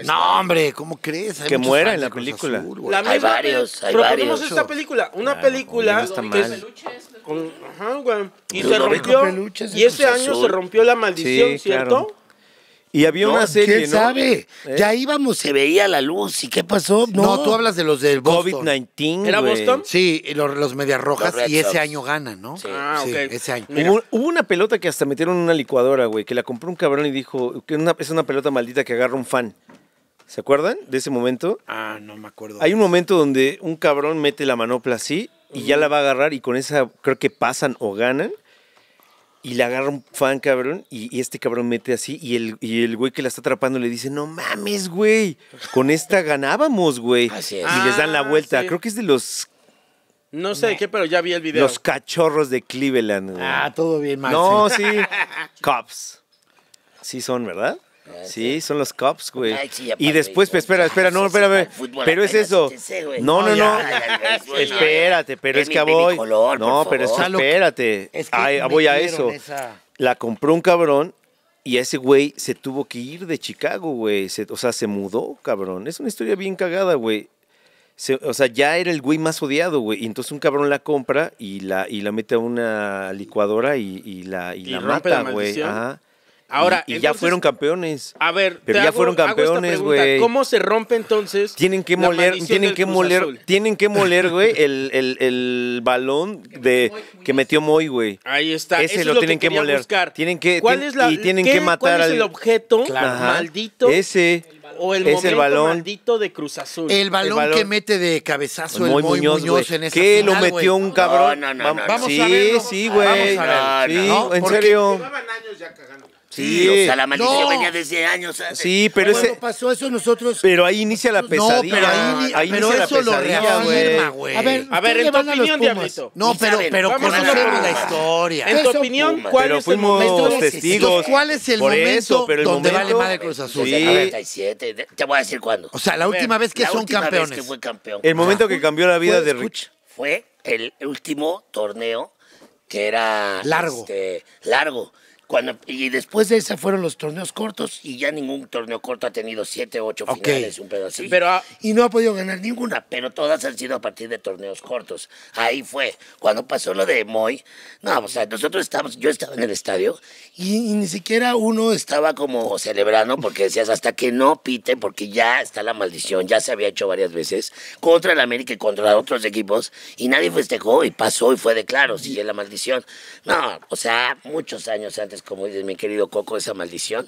Speaker 1: No, hombre, ¿cómo crees? Hay
Speaker 2: Que
Speaker 1: muchos
Speaker 2: muera
Speaker 1: fans
Speaker 2: en la
Speaker 1: de Cruz
Speaker 2: película.
Speaker 1: Azul, güey.
Speaker 3: La
Speaker 4: Hay
Speaker 3: misma
Speaker 4: varios,
Speaker 3: peli-
Speaker 4: hay
Speaker 3: proponemos
Speaker 4: varios.
Speaker 3: esta película, una
Speaker 2: Claro,
Speaker 3: película
Speaker 2: no está
Speaker 3: que
Speaker 2: mal.
Speaker 3: es- con- ajá, güey, y se
Speaker 4: Ludovico
Speaker 3: rompió
Speaker 4: Peluche es de
Speaker 3: y ese
Speaker 4: Cruz
Speaker 3: año
Speaker 4: Azul.
Speaker 3: se rompió la maldición,
Speaker 2: Sí,
Speaker 3: ¿cierto?
Speaker 2: claro. Y había
Speaker 4: No,
Speaker 2: una serie,
Speaker 4: ¿Quién
Speaker 2: ¿no? ¿Eh?
Speaker 4: sabe? Ya íbamos, se veía la luz. ¿Y qué pasó?
Speaker 1: No, tú hablas de los del Boston.
Speaker 2: COVID-19.
Speaker 3: ¿Era
Speaker 2: güey.
Speaker 3: Boston?
Speaker 1: Sí, y los, los Medias Rojas
Speaker 4: Los Red
Speaker 1: y ese
Speaker 4: Sox.
Speaker 1: año ganan, ¿no?
Speaker 4: Sí.
Speaker 3: Ah,
Speaker 1: Sí,
Speaker 3: ok.
Speaker 1: ese año.
Speaker 3: Mira.
Speaker 2: Hubo, hubo una pelota que hasta metieron en una licuadora, güey, que la compró un cabrón y dijo, que una- es una pelota maldita que agarra un fan. ¿Se acuerdan de ese momento?
Speaker 3: Ah, no me acuerdo.
Speaker 2: Hay un momento donde un cabrón mete la manopla así y ya la va a agarrar y con esa creo que pasan o ganan. Y la agarra un fan, cabrón, y, y este cabrón mete así y el, y el güey que la está atrapando le dice, no mames, güey, con esta ganábamos, güey.
Speaker 4: Así es.
Speaker 2: Y les dan la
Speaker 3: Ah,
Speaker 2: vuelta.
Speaker 3: sí.
Speaker 2: Creo que es de los,
Speaker 3: No sé de qué, pero ya vi el video.
Speaker 2: los cachorros de Cleveland, güey.
Speaker 1: Ah, todo bien, Marce.
Speaker 2: no, sí. Cops. Sí son, ¿verdad? Sí, son los cops, güey.
Speaker 4: Eh, Ay, sí, ya
Speaker 2: Y
Speaker 4: paré,
Speaker 2: después,
Speaker 4: güey.
Speaker 2: espera, espera,
Speaker 4: Ay,
Speaker 2: no,
Speaker 4: sí, sí,
Speaker 2: espérame.
Speaker 4: el fútbol
Speaker 2: Pero es
Speaker 4: apenas
Speaker 2: eso.
Speaker 4: empecé, güey.
Speaker 2: No, no,
Speaker 1: No,
Speaker 2: no.
Speaker 1: ya,
Speaker 4: ya, ya, güey, ya.
Speaker 2: Espérate, pero
Speaker 4: Es
Speaker 2: es
Speaker 4: mi
Speaker 2: que ah, voy.
Speaker 4: color, por
Speaker 2: No, pero es que
Speaker 4: favor.
Speaker 2: espérate.
Speaker 1: Es que
Speaker 2: Ay, ah,
Speaker 1: metieron
Speaker 2: voy a eso.
Speaker 1: esa-
Speaker 2: La compró un cabrón y ese güey se tuvo que ir de Chicago, güey. Se- O sea, se mudó, cabrón. Es una historia bien cagada, güey. Se- o sea, ya era el güey más odiado, güey. Y entonces un cabrón la compra y la, y la mete a una licuadora y, y la, y
Speaker 3: Y
Speaker 2: la
Speaker 3: rompe
Speaker 2: mata,
Speaker 3: la
Speaker 2: güey.
Speaker 3: maldición.
Speaker 2: Ajá.
Speaker 3: Ahora,
Speaker 2: y, y ya
Speaker 3: entonces, ah,
Speaker 2: fueron campeones.
Speaker 3: A ver,
Speaker 2: Pero
Speaker 3: te
Speaker 2: ya
Speaker 3: hago-
Speaker 2: fueron
Speaker 3: hago esta
Speaker 2: campeones,
Speaker 3: pregunta.
Speaker 2: güey.
Speaker 3: ¿Cómo se rompe entonces?
Speaker 2: Tienen que
Speaker 3: la
Speaker 2: moler,
Speaker 3: maldición
Speaker 2: tienen
Speaker 3: del
Speaker 2: que
Speaker 3: Cruz
Speaker 2: moler,
Speaker 3: Azul?
Speaker 2: tienen que moler, güey, el, el- el balón de que metió Moy, güey.
Speaker 3: Ahí está.
Speaker 2: Ese
Speaker 3: Eso es
Speaker 2: lo tienen que
Speaker 3: quería
Speaker 2: moler.
Speaker 3: buscar.
Speaker 2: Tienen que-
Speaker 3: ¿Cuál
Speaker 2: tien-
Speaker 3: es la,
Speaker 2: y tienen
Speaker 3: qué-
Speaker 2: que matar
Speaker 3: ¿Cuál es
Speaker 2: al-
Speaker 3: el objeto
Speaker 2: Ajá.
Speaker 3: maldito?
Speaker 2: Ese.
Speaker 3: o el
Speaker 2: es el
Speaker 3: momento
Speaker 2: balón.
Speaker 3: maldito de Cruz Azul.
Speaker 1: El balón,
Speaker 2: balón.
Speaker 1: que mete de cabezazo el
Speaker 2: Moy Muñoz, güey,
Speaker 1: en esa
Speaker 2: que lo
Speaker 1: final, güey.
Speaker 2: metió un cabrón.
Speaker 4: No, no, no,
Speaker 2: Vam-
Speaker 4: no, no.
Speaker 1: Vamos
Speaker 2: sí,
Speaker 1: a verlo.
Speaker 2: sí,
Speaker 1: Vamos a
Speaker 2: güey.
Speaker 4: verlo.
Speaker 2: Sí,
Speaker 1: No, no,
Speaker 2: en
Speaker 1: porque-
Speaker 2: serio.
Speaker 6: Llevaban años ya cagando.
Speaker 4: Sí, o sea, la maldición
Speaker 1: No.
Speaker 4: venía desde años antes.
Speaker 2: Sí, pero
Speaker 1: Cuando
Speaker 2: ese
Speaker 1: pasó eso nosotros...
Speaker 2: pero ahí inicia la pesadilla.
Speaker 1: No, pero ahí, pero
Speaker 2: inicia la
Speaker 1: eso lo
Speaker 2: pesadilla, güey.
Speaker 1: reafirma, güey.
Speaker 8: A ver,
Speaker 3: A
Speaker 8: ustedes
Speaker 3: ver, en
Speaker 8: le
Speaker 3: tu
Speaker 8: van a los
Speaker 3: opinión,
Speaker 8: Pumas.
Speaker 3: Diablito.
Speaker 1: No,
Speaker 4: Sí
Speaker 1: pero,
Speaker 4: saben,
Speaker 1: pero
Speaker 3: vamos a
Speaker 1: conocemos
Speaker 3: ver.
Speaker 1: la historia.
Speaker 3: En tu
Speaker 8: Eso,
Speaker 3: opinión,
Speaker 4: Puma.
Speaker 3: ¿cuál
Speaker 2: Pero
Speaker 3: es el momento?
Speaker 2: fuimos
Speaker 8: Entonces,
Speaker 2: testigos.
Speaker 1: ¿cuál es el
Speaker 2: Por eso,
Speaker 1: momento
Speaker 2: pero el
Speaker 1: donde vale
Speaker 2: momento-
Speaker 1: madre Cruz Azul?
Speaker 4: Desde el
Speaker 2: Sí.
Speaker 4: 97. de- Te voy a decir cuándo.
Speaker 1: O sea, la última vez que
Speaker 4: La
Speaker 1: son
Speaker 4: última vez
Speaker 1: campeones.
Speaker 4: que fue campeón.
Speaker 2: El momento que cambió la vida
Speaker 1: Pues,
Speaker 2: de Rich.
Speaker 1: escucha.
Speaker 4: fue el último torneo que era
Speaker 1: Largo.
Speaker 4: este, largo. Cuando, y después de ese fueron los torneos cortos y ya ningún torneo corto ha tenido siete, ocho
Speaker 1: Ok.
Speaker 4: finales, un pedo así.
Speaker 3: Pero, ah,
Speaker 4: y no ha podido ganar ninguna, pero todas han sido a partir de torneos cortos. Ahí fue. Cuando pasó lo de Moy, no, o sea, nosotros estábamos, yo estaba en el estadio y, y ni siquiera uno estaba como celebrando porque decías hasta que no pite, porque ya está la maldición, ya se había hecho varias veces contra el América y contra otros equipos y nadie festejó y pasó y fue de claro, sigue la maldición. No, o sea, muchos años antes, como dice mi querido Coco, esa maldición,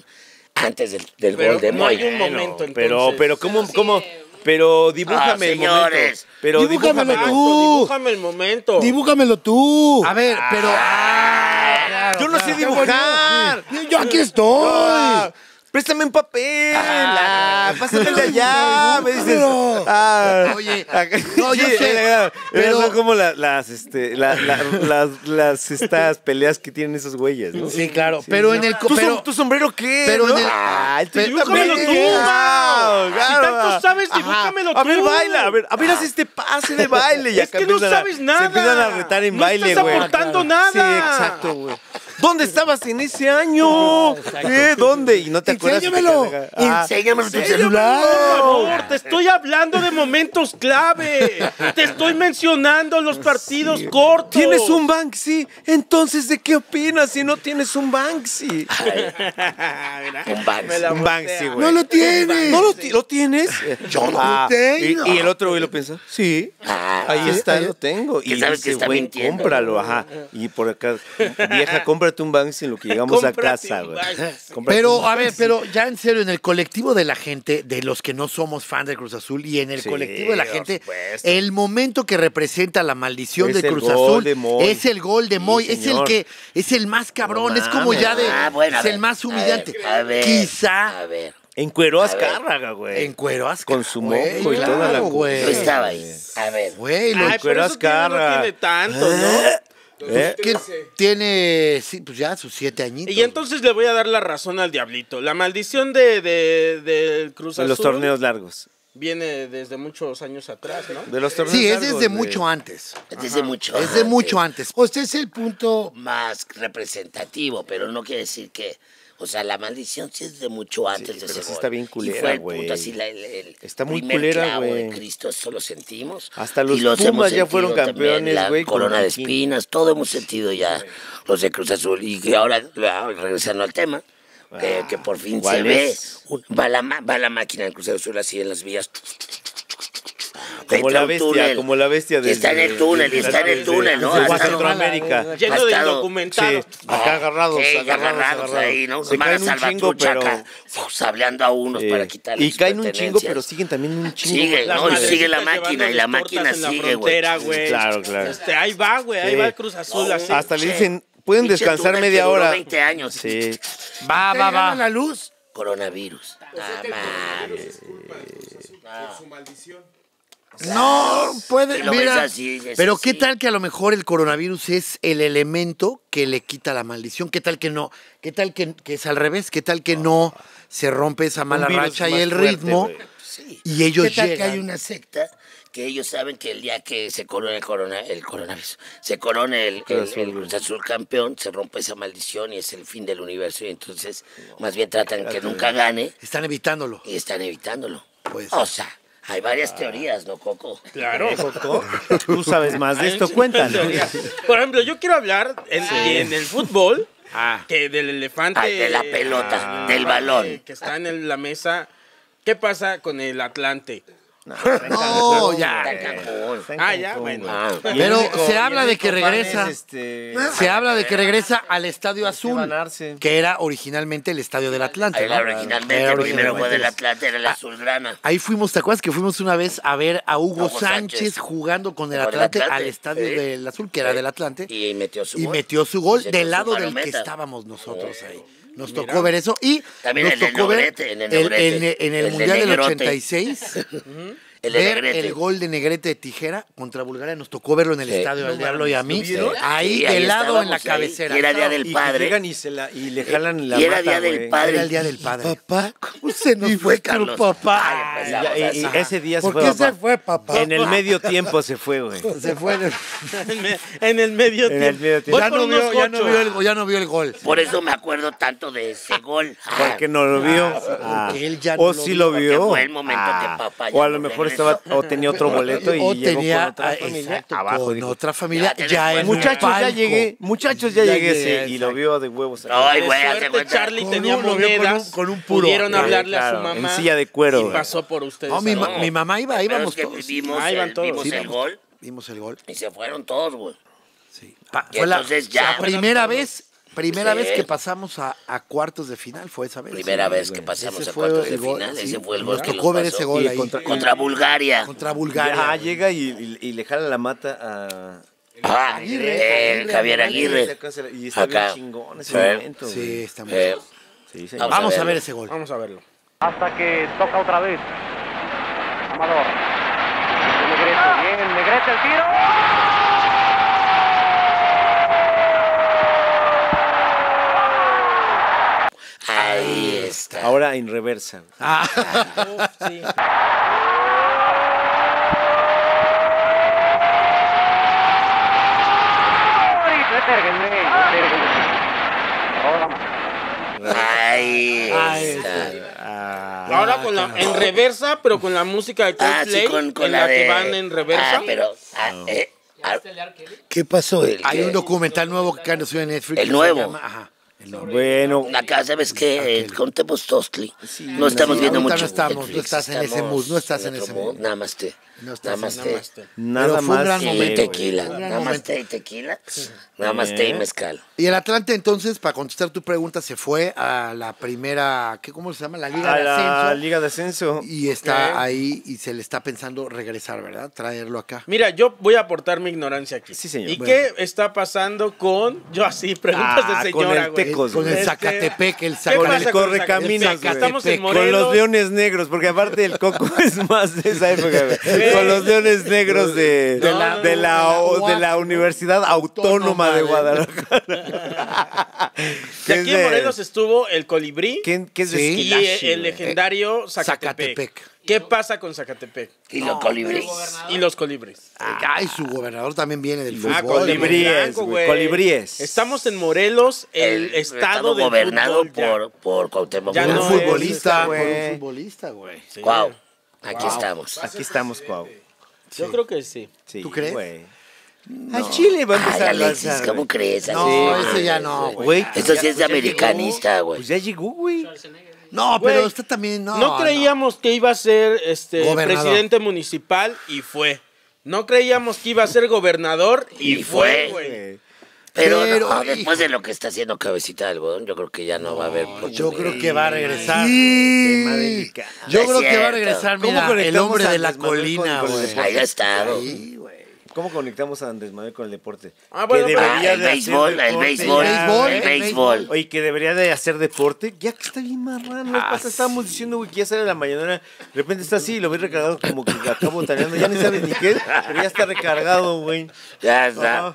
Speaker 4: antes del, del
Speaker 3: Pero
Speaker 4: gol de
Speaker 3: no
Speaker 4: Moy.
Speaker 3: hay un momento, entonces.
Speaker 2: Pero, pero, ¿cómo, cómo? Pero dibújame
Speaker 4: Ah,
Speaker 2: el momento.
Speaker 4: señores.
Speaker 2: Pero
Speaker 8: Dibújamelo
Speaker 2: dibújame.
Speaker 8: tú. Uh.
Speaker 3: dibújame el momento.
Speaker 8: Dibújamelo tú.
Speaker 1: A ver, pero... Ah, claro,
Speaker 2: Yo no sé
Speaker 1: claro.
Speaker 2: dibujar.
Speaker 8: Yo aquí estoy.
Speaker 2: Ah, Préstame un papel. Ah, pásame de allá. Me dices.
Speaker 8: Dibújamelo.
Speaker 2: Ah,
Speaker 1: Oye,
Speaker 2: acá-
Speaker 1: no, yo
Speaker 2: Sí,
Speaker 1: sé,
Speaker 2: era- era
Speaker 1: pero-
Speaker 2: son como la- las, este, la- la- las, las, estas peleas que tienen esos güeyes, ¿no?
Speaker 1: Sí, claro, pero en
Speaker 3: Ah,
Speaker 1: el... co-
Speaker 2: ¿Tu, som-
Speaker 1: pero-
Speaker 2: ¿Tu sombrero qué?
Speaker 1: pero
Speaker 2: ¿no?
Speaker 1: en el-
Speaker 2: Ah, el
Speaker 1: pero-
Speaker 2: tuyo también.
Speaker 3: Dibújamelo tú,
Speaker 2: Ah,
Speaker 3: Mau.
Speaker 2: claro.
Speaker 3: Si tanto sabes,
Speaker 2: Ajá.
Speaker 3: dibújamelo
Speaker 2: A ver,
Speaker 3: tú.
Speaker 2: baila. A ver, a ver, haz este pase de baile. y
Speaker 3: Es
Speaker 2: acá
Speaker 3: que no
Speaker 2: empiezan a-
Speaker 3: sabes nada.
Speaker 2: Se empiezan a retar en
Speaker 3: No
Speaker 2: baile,
Speaker 3: estás
Speaker 2: güey.
Speaker 3: aportando nada.
Speaker 2: Sí, exacto, güey. ¿Dónde estabas en ese año? ¿Eh? ¿Dónde? Y no te acuerdas. y te
Speaker 8: Enséñamelo.
Speaker 2: quedas acá. Ah,
Speaker 4: Enséñame tu
Speaker 3: Por favor, te estoy hablando de momentos clave. Te estoy mencionando los partidos cortos.
Speaker 2: ¿Tienes un Banksy? Entonces, ¿de qué opinas si no tienes un Banksy?
Speaker 4: Un Banksy.
Speaker 3: Me la
Speaker 2: Un Banksy,
Speaker 3: voltea.
Speaker 2: güey.
Speaker 8: No lo tienes.
Speaker 2: ¿No lo, ti- lo tienes?
Speaker 8: Yo no
Speaker 2: Ah,
Speaker 8: lo tengo.
Speaker 2: Y, y el otro güey lo piensa. Sí.
Speaker 4: Ah,
Speaker 2: Ahí está,
Speaker 1: ahí-
Speaker 2: lo tengo.
Speaker 4: Que sabes
Speaker 2: dice,
Speaker 4: que está
Speaker 2: güey,
Speaker 4: mintiendo".
Speaker 2: cómpralo, ajá. Y por acá, vieja, cómprate un Banksy en lo que llegamos a
Speaker 3: Cómprate
Speaker 2: casa,
Speaker 3: un
Speaker 2: güey.
Speaker 3: Banksy.
Speaker 2: Cómprate
Speaker 1: Pero,
Speaker 2: un
Speaker 1: a ver,
Speaker 2: Banksy.
Speaker 1: pero ya en serio, en el colectivo de la gente, de los que no somos fan de Cruz Azul, y en el
Speaker 2: Sí,
Speaker 1: colectivo de la
Speaker 2: por
Speaker 1: gente,
Speaker 2: supuesto.
Speaker 1: el momento que representa la maldición
Speaker 2: Es
Speaker 1: de
Speaker 2: el
Speaker 1: Cruz
Speaker 2: gol
Speaker 1: Azul
Speaker 2: de Moy.
Speaker 1: es el gol de
Speaker 2: Sí,
Speaker 1: Moy, es el
Speaker 2: señor.
Speaker 1: que es el más cabrón, es como
Speaker 2: mames.
Speaker 1: pues ya de
Speaker 4: Ah, bueno, a
Speaker 1: es
Speaker 4: ver,
Speaker 1: el más
Speaker 4: a ver,
Speaker 1: humillante.
Speaker 4: A ver,
Speaker 1: Quizá
Speaker 4: A ver.
Speaker 2: Encueró a
Speaker 4: ver.
Speaker 2: Azcárraga, güey.
Speaker 1: en cuero Azcárraga,
Speaker 2: Con su
Speaker 1: güey,
Speaker 2: moco y toda la
Speaker 1: claro, güey.
Speaker 4: Yo estaba ahí. A ver.
Speaker 1: Güey, lo-
Speaker 3: Ay, pero
Speaker 2: cueras
Speaker 3: eso tiene-
Speaker 2: cara.
Speaker 3: no tiene tanto, ¿no?
Speaker 2: ¿Eh?
Speaker 1: que tiene sí, pues ya sus siete añitos.
Speaker 3: Y entonces le voy a dar la razón al diablito. La maldición de, de, del Cruz
Speaker 2: De los
Speaker 3: Azul
Speaker 2: torneos largos.
Speaker 3: viene desde muchos años atrás, ¿no?
Speaker 2: De los torneos
Speaker 1: sí, es
Speaker 2: largos,
Speaker 1: desde
Speaker 2: güey.
Speaker 1: mucho antes.
Speaker 4: Es de mucho.
Speaker 2: Ah,
Speaker 1: Es de
Speaker 2: eh.
Speaker 1: mucho antes. Pues, este
Speaker 8: Usted es el punto.
Speaker 4: Más representativo, pero no quiere decir que. O sea, la maldición sí es de mucho antes de
Speaker 2: pero
Speaker 4: ese
Speaker 2: sí
Speaker 4: gol.
Speaker 2: está bien
Speaker 4: Y
Speaker 2: culera,
Speaker 4: fue el
Speaker 2: güey.
Speaker 4: puto, así la- el- el
Speaker 2: Está muy
Speaker 4: primer
Speaker 2: culera,
Speaker 4: clavo
Speaker 2: güey.
Speaker 4: de Cristo, eso lo sentimos.
Speaker 2: Hasta
Speaker 4: Y
Speaker 2: los
Speaker 4: hemos
Speaker 2: Pumas ya
Speaker 4: sentido
Speaker 2: fueron
Speaker 4: también,
Speaker 2: campeones,
Speaker 4: la
Speaker 2: güey, con
Speaker 4: Corona de
Speaker 2: Joaquín.
Speaker 4: espinas, todo hemos sentido ya los de Cruz Azul. Y que ahora, la- regresando al tema, que, que por fin se
Speaker 2: Ah, ¿cuál
Speaker 4: ve.
Speaker 2: es?
Speaker 4: un- va, la, ma- va la máquina del Cruz Azul así en las vías.
Speaker 2: Como
Speaker 4: Entra
Speaker 2: la
Speaker 4: un
Speaker 2: bestia,
Speaker 4: túnel.
Speaker 2: como la bestia
Speaker 4: Y
Speaker 2: de.
Speaker 4: está en el túnel, y está en el túnel, ¿no?
Speaker 2: De
Speaker 4: Hasta-
Speaker 2: Centroamérica.
Speaker 3: Lleno de
Speaker 4: Gastado.
Speaker 3: indocumentados.
Speaker 2: Sí, acá agarrados,
Speaker 4: Sí,
Speaker 2: agarrados, agarrados.
Speaker 4: ahí, ¿no?
Speaker 2: Se
Speaker 4: Nomás
Speaker 2: caen un chingo,
Speaker 4: salvatrucha
Speaker 2: pero...
Speaker 4: acá, uf, sableando a unos
Speaker 2: eh,
Speaker 4: Pues, para quitarles
Speaker 2: y
Speaker 4: sus
Speaker 2: caen un chingo,
Speaker 4: pertenencias.
Speaker 2: pero siguen también un chingo.
Speaker 4: Sigue,
Speaker 3: Las
Speaker 4: no, y
Speaker 3: madrecitas
Speaker 4: sigue la máquina, y la
Speaker 3: llevándoles
Speaker 4: máquina
Speaker 3: tortas en la
Speaker 4: sigue, güey.
Speaker 3: frontera, güey.
Speaker 2: Claro, claro.
Speaker 3: Este, ahí va, güey, ahí
Speaker 2: Sí.
Speaker 3: va el Cruz Azul así.
Speaker 2: Hasta le
Speaker 4: Che,
Speaker 2: dicen, pueden
Speaker 4: pinche
Speaker 2: descansar
Speaker 4: túnel que
Speaker 2: media
Speaker 4: duró
Speaker 2: hora.
Speaker 4: 20 años.
Speaker 2: Sí.
Speaker 1: Va, va, va.
Speaker 8: la luz?
Speaker 4: Coronavirus. Ah, mames.
Speaker 6: Por su maldición.
Speaker 1: No puede.
Speaker 4: Si lo
Speaker 1: mira,
Speaker 4: ves así, dices,
Speaker 1: pero qué
Speaker 4: sí.
Speaker 1: tal que a lo mejor el coronavirus es el elemento que le quita la maldición. ¿Qué tal que no? ¿Qué tal que, que es al revés? ¿Qué tal que no se rompe esa mala
Speaker 2: virus
Speaker 1: racha y
Speaker 2: más
Speaker 1: el
Speaker 2: fuerte,
Speaker 1: ritmo?
Speaker 2: güey.
Speaker 4: Sí.
Speaker 1: Y ellos
Speaker 4: ¿Qué tal que
Speaker 1: llegan.
Speaker 4: hay una secta que ellos saben que el día que se corona el, corona, el coronavirus, se corona el, el-
Speaker 2: Cruz Azul,
Speaker 4: el Cruz Azul campeón, se rompe esa maldición y es el fin del universo. Y entonces, más bien tratan que nunca gane
Speaker 1: Están evitándolo.
Speaker 4: y están evitándolo.
Speaker 1: Pues.
Speaker 4: O sea, hay varias teorías, ¿no, Coco?
Speaker 3: Claro.
Speaker 2: Tú sabes más de esto, cuéntalo.
Speaker 3: Por ejemplo, yo quiero hablar en, y en el fútbol
Speaker 2: Ah.
Speaker 3: que del elefante.
Speaker 4: Ay, de la pelota, del
Speaker 3: elefante
Speaker 4: balón.
Speaker 3: Que está en el- la mesa. ¿Qué pasa con el Atlante?
Speaker 1: No, ya.
Speaker 4: Está cabrón.
Speaker 3: Ah, ya, bueno.
Speaker 4: Ah.
Speaker 2: Y el
Speaker 1: Pero
Speaker 2: único-
Speaker 1: se habla
Speaker 2: y el
Speaker 1: de que
Speaker 2: único fan
Speaker 1: regresa.
Speaker 2: es, este,
Speaker 4: Pues,
Speaker 1: Se habla de que regresa al Estadio Azul,
Speaker 2: Esteban Arce.
Speaker 1: que era originalmente el Estadio del Atlante.
Speaker 4: Ahí la
Speaker 1: ¿no?
Speaker 4: originalmente,
Speaker 1: Era
Speaker 4: el primero
Speaker 1: originalmente.
Speaker 4: fue del Atlante, era la azulgrana.
Speaker 1: Ahí fuimos, ¿te acuerdas que fuimos una vez a ver a Hugo,
Speaker 4: Hugo
Speaker 1: Sánchez,
Speaker 4: Sánchez.
Speaker 1: jugando con el
Speaker 4: Con el
Speaker 1: Atlante,
Speaker 4: Atlante,
Speaker 1: al estadio
Speaker 4: sí.
Speaker 1: del Azul, que era
Speaker 4: Sí.
Speaker 1: del Atlante?
Speaker 4: Y metió su
Speaker 1: y
Speaker 4: gol.
Speaker 1: metió su gol
Speaker 4: Y se
Speaker 1: del
Speaker 4: puso
Speaker 1: lado del que
Speaker 4: palometa.
Speaker 1: estábamos nosotros ahí. Nos tocó ver eso y
Speaker 4: También
Speaker 1: nos
Speaker 4: en el
Speaker 1: tocó ver
Speaker 4: Negrete, en el
Speaker 1: el-
Speaker 4: Negrete.
Speaker 1: en el- en el
Speaker 4: El de
Speaker 1: Mundial del
Speaker 4: Negrote.
Speaker 1: 86
Speaker 4: El de
Speaker 1: ver
Speaker 4: Negrete.
Speaker 1: el gol de Negrete de Tijera contra Bulgaria. Nos tocó verlo en el
Speaker 4: Sí.
Speaker 1: estadio del Diablo y a mí.
Speaker 4: Sí,
Speaker 1: Ahí
Speaker 4: sí,
Speaker 1: de lado en
Speaker 4: estábamos
Speaker 1: la
Speaker 4: ahí.
Speaker 1: cabecera.
Speaker 4: Y era día
Speaker 2: y
Speaker 4: del
Speaker 2: que
Speaker 4: padre.
Speaker 2: llegan y, se la, y le jalan la
Speaker 4: Y era
Speaker 2: mata,
Speaker 4: día del
Speaker 2: güey.
Speaker 4: padre.
Speaker 1: Era el día del padre.
Speaker 8: Papá, ¿cómo se nos
Speaker 1: Y
Speaker 8: fue,
Speaker 4: Carlos.
Speaker 8: Carlos? Papá.
Speaker 4: Ay,
Speaker 2: Y
Speaker 4: pues,
Speaker 2: ya- y- y
Speaker 4: vamos, así.
Speaker 2: ese día se
Speaker 8: ¿Por
Speaker 2: fue,
Speaker 8: qué
Speaker 2: papá.
Speaker 8: se fue, papá?
Speaker 2: En el medio tiempo se fue, güey.
Speaker 1: Se fue. de-
Speaker 3: En me- en el medio
Speaker 2: En
Speaker 3: tiempo.
Speaker 2: el medio tiempo.
Speaker 3: Voy
Speaker 1: Ya
Speaker 3: por
Speaker 1: no,
Speaker 3: unos
Speaker 1: vio, ya, no
Speaker 3: ocho.
Speaker 1: vio el, ya no vio el gol.
Speaker 4: Por eso me acuerdo tanto de ese gol.
Speaker 2: Porque no lo vio. Ah.
Speaker 1: porque él ya no
Speaker 2: o
Speaker 1: lo
Speaker 2: sí
Speaker 1: vio.
Speaker 2: lo
Speaker 4: Porque
Speaker 2: vio. Ah.
Speaker 4: fue el momento que papá ya
Speaker 2: o a lo
Speaker 4: no
Speaker 2: mejor
Speaker 4: regresó.
Speaker 2: estaba o tenía otro boleto y
Speaker 1: o
Speaker 2: llegó
Speaker 1: tenía
Speaker 2: con otra
Speaker 1: ah,
Speaker 2: familia
Speaker 1: exacto,
Speaker 2: abajo.
Speaker 1: con
Speaker 2: dijo,
Speaker 1: otra familia ya,
Speaker 4: Ya, ya
Speaker 1: en un
Speaker 4: después,
Speaker 2: Muchachos, ya
Speaker 1: palco.
Speaker 2: llegué. Muchachos, ya
Speaker 1: Ya
Speaker 2: llegué.
Speaker 1: llegué,
Speaker 2: sí, y lo vio de huevos.
Speaker 4: Ay,
Speaker 3: De
Speaker 4: güey, hace
Speaker 3: suerte,
Speaker 4: cuenta.
Speaker 3: Charlie
Speaker 1: Con
Speaker 3: tenía
Speaker 1: un- lo vio con
Speaker 3: monedas.
Speaker 1: un- con un puro.
Speaker 3: Pudieron
Speaker 1: Sí,
Speaker 3: hablarle
Speaker 2: claro,
Speaker 3: a su mamá.
Speaker 2: en silla de cuero,
Speaker 3: Y
Speaker 2: güey.
Speaker 3: pasó por ustedes.
Speaker 1: No, mi,
Speaker 3: ahí.
Speaker 1: ma- mi mamá iba,
Speaker 4: Pero
Speaker 1: íbamos
Speaker 4: es que
Speaker 1: todos.
Speaker 4: vimos
Speaker 3: Ahí van
Speaker 4: el,
Speaker 3: todos.
Speaker 4: vimos
Speaker 3: Sí,
Speaker 4: el
Speaker 1: vamos.
Speaker 4: gol
Speaker 1: Vimos el gol.
Speaker 4: y se fueron todos, güey.
Speaker 1: Sí. Pa-
Speaker 4: Y
Speaker 1: fue la,
Speaker 4: entonces ya-
Speaker 1: la primera vez, primera
Speaker 4: Sí.
Speaker 1: vez que pasamos a, a cuartos de final fue esa vez.
Speaker 4: Primera
Speaker 1: Sí,
Speaker 4: vez
Speaker 1: güey.
Speaker 4: que pasamos
Speaker 1: Ese
Speaker 4: a
Speaker 1: fue
Speaker 4: cuartos de
Speaker 1: el gol,
Speaker 4: final,
Speaker 1: sí.
Speaker 4: ese fue el gol
Speaker 1: Nos
Speaker 4: que
Speaker 1: tocó
Speaker 4: los
Speaker 1: ver
Speaker 4: pasó.
Speaker 1: ese gol
Speaker 2: Y
Speaker 1: ahí.
Speaker 2: contra-
Speaker 4: Contra Bulgaria.
Speaker 1: Contra
Speaker 2: Ah,
Speaker 1: Bulgaria. güey.
Speaker 2: llega y, y- y le jala la mata a.
Speaker 4: Ah, eh, Javier
Speaker 2: Y
Speaker 4: Aguirre.
Speaker 2: acá se la- Y está
Speaker 4: Acá.
Speaker 2: bien chingón ese
Speaker 4: Sí.
Speaker 2: momento.
Speaker 1: sí,
Speaker 2: güey.
Speaker 1: está muy
Speaker 4: Eh,
Speaker 2: Sí, señor.
Speaker 4: Vamos a
Speaker 1: Vamos a
Speaker 4: verlo.
Speaker 1: ver ese gol.
Speaker 3: Vamos a verlo.
Speaker 9: hasta que toca otra vez. Amador. Negrete, bien, Negrete el tiro.
Speaker 4: ahí está.
Speaker 2: Ahora en reversa.
Speaker 3: Sí.
Speaker 9: Ay, retérguenme, retérguenme. Ahora más.
Speaker 4: Ahí
Speaker 1: Ahí
Speaker 4: está.
Speaker 3: Ahora con la, en reversa, pero con la música de
Speaker 4: Ah,
Speaker 3: Coldplay,
Speaker 4: sí, con, con
Speaker 3: en
Speaker 4: la,
Speaker 3: la,
Speaker 4: de-
Speaker 3: que van en reversa.
Speaker 4: Ah, pero. ah, eh, ah,
Speaker 8: ¿Qué pasó?
Speaker 4: el,
Speaker 1: Hay
Speaker 4: que-
Speaker 1: un documental nuevo que acá nos sube en Netflix.
Speaker 4: El
Speaker 1: que se
Speaker 4: nuevo.
Speaker 1: llama- ajá, el hombre.
Speaker 2: Bueno,
Speaker 4: Acá, ¿sabes qué? Eh, con Tepos Tostli. no estamos
Speaker 1: Sí, ahorita
Speaker 4: viendo mucho.
Speaker 1: no estamos, no
Speaker 4: Netflix,
Speaker 1: estás en ese
Speaker 4: estamos
Speaker 1: mood, no estás en
Speaker 4: otro
Speaker 1: ese mood.
Speaker 4: Nada más te.
Speaker 1: No estás
Speaker 4: Nada
Speaker 1: en
Speaker 4: más
Speaker 1: ese
Speaker 4: te.
Speaker 1: mood.
Speaker 2: nada
Speaker 1: Pero fue un
Speaker 2: más.
Speaker 1: gran
Speaker 2: que-
Speaker 1: Sí,
Speaker 4: Y
Speaker 1: momento.
Speaker 4: tequila.
Speaker 1: Gran
Speaker 4: Nada más
Speaker 1: momento.
Speaker 4: te y tequila. Nada más te y mezcal.
Speaker 1: Y el Atlante, entonces, para contestar tu pregunta, se fue a la primera, ¿qué, ¿cómo se llama? La Liga
Speaker 2: A
Speaker 1: de
Speaker 2: la
Speaker 1: Ascenso.
Speaker 2: Liga de Ascenso.
Speaker 1: Y está ahí y se le está pensando regresar, ¿verdad? Traerlo acá.
Speaker 3: Mira, yo voy a aportar mi ignorancia aquí.
Speaker 2: Sí, señor.
Speaker 3: ¿Y
Speaker 2: Bueno.
Speaker 3: qué está pasando con. Yo así, preguntas
Speaker 2: Ah,
Speaker 3: de
Speaker 2: con
Speaker 3: señora,
Speaker 2: el
Speaker 3: güey. Este,
Speaker 2: Tecos,
Speaker 1: con el
Speaker 2: güey.
Speaker 1: Zacatepec, el
Speaker 2: Con
Speaker 3: ¿Qué
Speaker 1: Zacatepec.
Speaker 3: pasa
Speaker 2: el
Speaker 3: con
Speaker 2: correcaminos,
Speaker 3: Zacatepec?
Speaker 2: güey.
Speaker 3: Estamos en
Speaker 2: Con
Speaker 3: Morelos.
Speaker 2: los leones negros, porque aparte el coco es más de esa época, güey. Con los leones negros de,
Speaker 3: No, no, no,
Speaker 2: de, la,
Speaker 1: no, no, no.
Speaker 2: de la Universidad Autónoma de Guadalajara.
Speaker 3: Que aquí en Morelos estuvo el colibrí
Speaker 2: ¿Quién, ¿Qué es de
Speaker 1: Sí.
Speaker 3: y
Speaker 2: Esquilache,
Speaker 3: el
Speaker 2: güey?
Speaker 3: legendario Zacatepec.
Speaker 1: Eh, Zacatepec.
Speaker 3: ¿Qué pasa con Zacatepec?
Speaker 4: Y los colibríes.
Speaker 3: Y los colibríes.
Speaker 1: Ay, su gobernador también viene del fútbol. eh,
Speaker 3: Ah,
Speaker 2: colibrí. colibríes, güey, colibríes.
Speaker 3: Estamos en Morelos, el, estado, de
Speaker 4: gobernado
Speaker 3: fútbol ya.
Speaker 4: por, por Cuauhtémoc.
Speaker 3: Ya
Speaker 1: Por un
Speaker 3: no
Speaker 4: Blanco.
Speaker 3: es.
Speaker 1: futbolista.
Speaker 2: güey.
Speaker 1: Por un futbolista, güey.
Speaker 4: Guau, Aquí estamos.
Speaker 2: Aquí estamos, Cuau.
Speaker 3: Yo creo que sí.
Speaker 2: Sí,
Speaker 1: ¿Tú crees?
Speaker 2: güey. Al Chile va a
Speaker 4: Ay,
Speaker 2: empezar a
Speaker 4: Alexis,
Speaker 2: lanzar,
Speaker 4: ¿cómo
Speaker 2: güey.
Speaker 4: crees?
Speaker 1: No,
Speaker 4: Alexis?
Speaker 1: ese ya no, güey.
Speaker 2: Güey,
Speaker 4: Eso sí es de americanista, güey.
Speaker 2: pues ya llegó, güey.
Speaker 1: No,
Speaker 3: Güey,
Speaker 1: pero está también. No,
Speaker 3: No, creíamos que iba a ser este
Speaker 1: Gobernador.
Speaker 3: presidente municipal y fue. No creíamos que iba a ser gobernador y,
Speaker 4: Y
Speaker 3: fue,
Speaker 4: fue.
Speaker 3: güey.
Speaker 4: Pero,
Speaker 1: Pero,
Speaker 4: no, después
Speaker 1: hijo.
Speaker 4: de lo que está haciendo Cabecita de Algodón, yo creo que ya no, va a haber
Speaker 1: Yo
Speaker 4: oportunidad.
Speaker 1: creo que va a regresar.
Speaker 2: tema delicado.
Speaker 1: Yo
Speaker 4: Es
Speaker 1: creo que va a
Speaker 4: cierto.
Speaker 1: regresar,
Speaker 2: ¿Cómo
Speaker 1: mira, el
Speaker 2: conectamos
Speaker 1: hombre
Speaker 2: a
Speaker 1: de la
Speaker 2: Andrés Manuel con-
Speaker 1: colina,
Speaker 2: con el
Speaker 1: güey.
Speaker 2: deporte?
Speaker 4: Ahí ha estado. Ah,
Speaker 1: Sí, güey.
Speaker 2: ¿Cómo conectamos a Andrés Manuel con el deporte?
Speaker 3: Ah, bueno,
Speaker 2: Que
Speaker 3: pero-
Speaker 2: debería
Speaker 4: Ah, el
Speaker 2: de hacer
Speaker 4: béisbol, el
Speaker 2: deporte
Speaker 4: béisbol,
Speaker 2: ya,
Speaker 1: béisbol,
Speaker 2: güey.
Speaker 4: el béisbol.
Speaker 2: Oye, que debería de hacer deporte, ya que está bien marrano.
Speaker 4: Ah,
Speaker 2: pasa, estábamos diciendo, güey, que ya sale la mañana. De repente está así y lo ves recargado como que acabo tareando. Ya ni sabes ni qué, pero ya está recargado, güey.
Speaker 4: Ya está.
Speaker 2: Ah,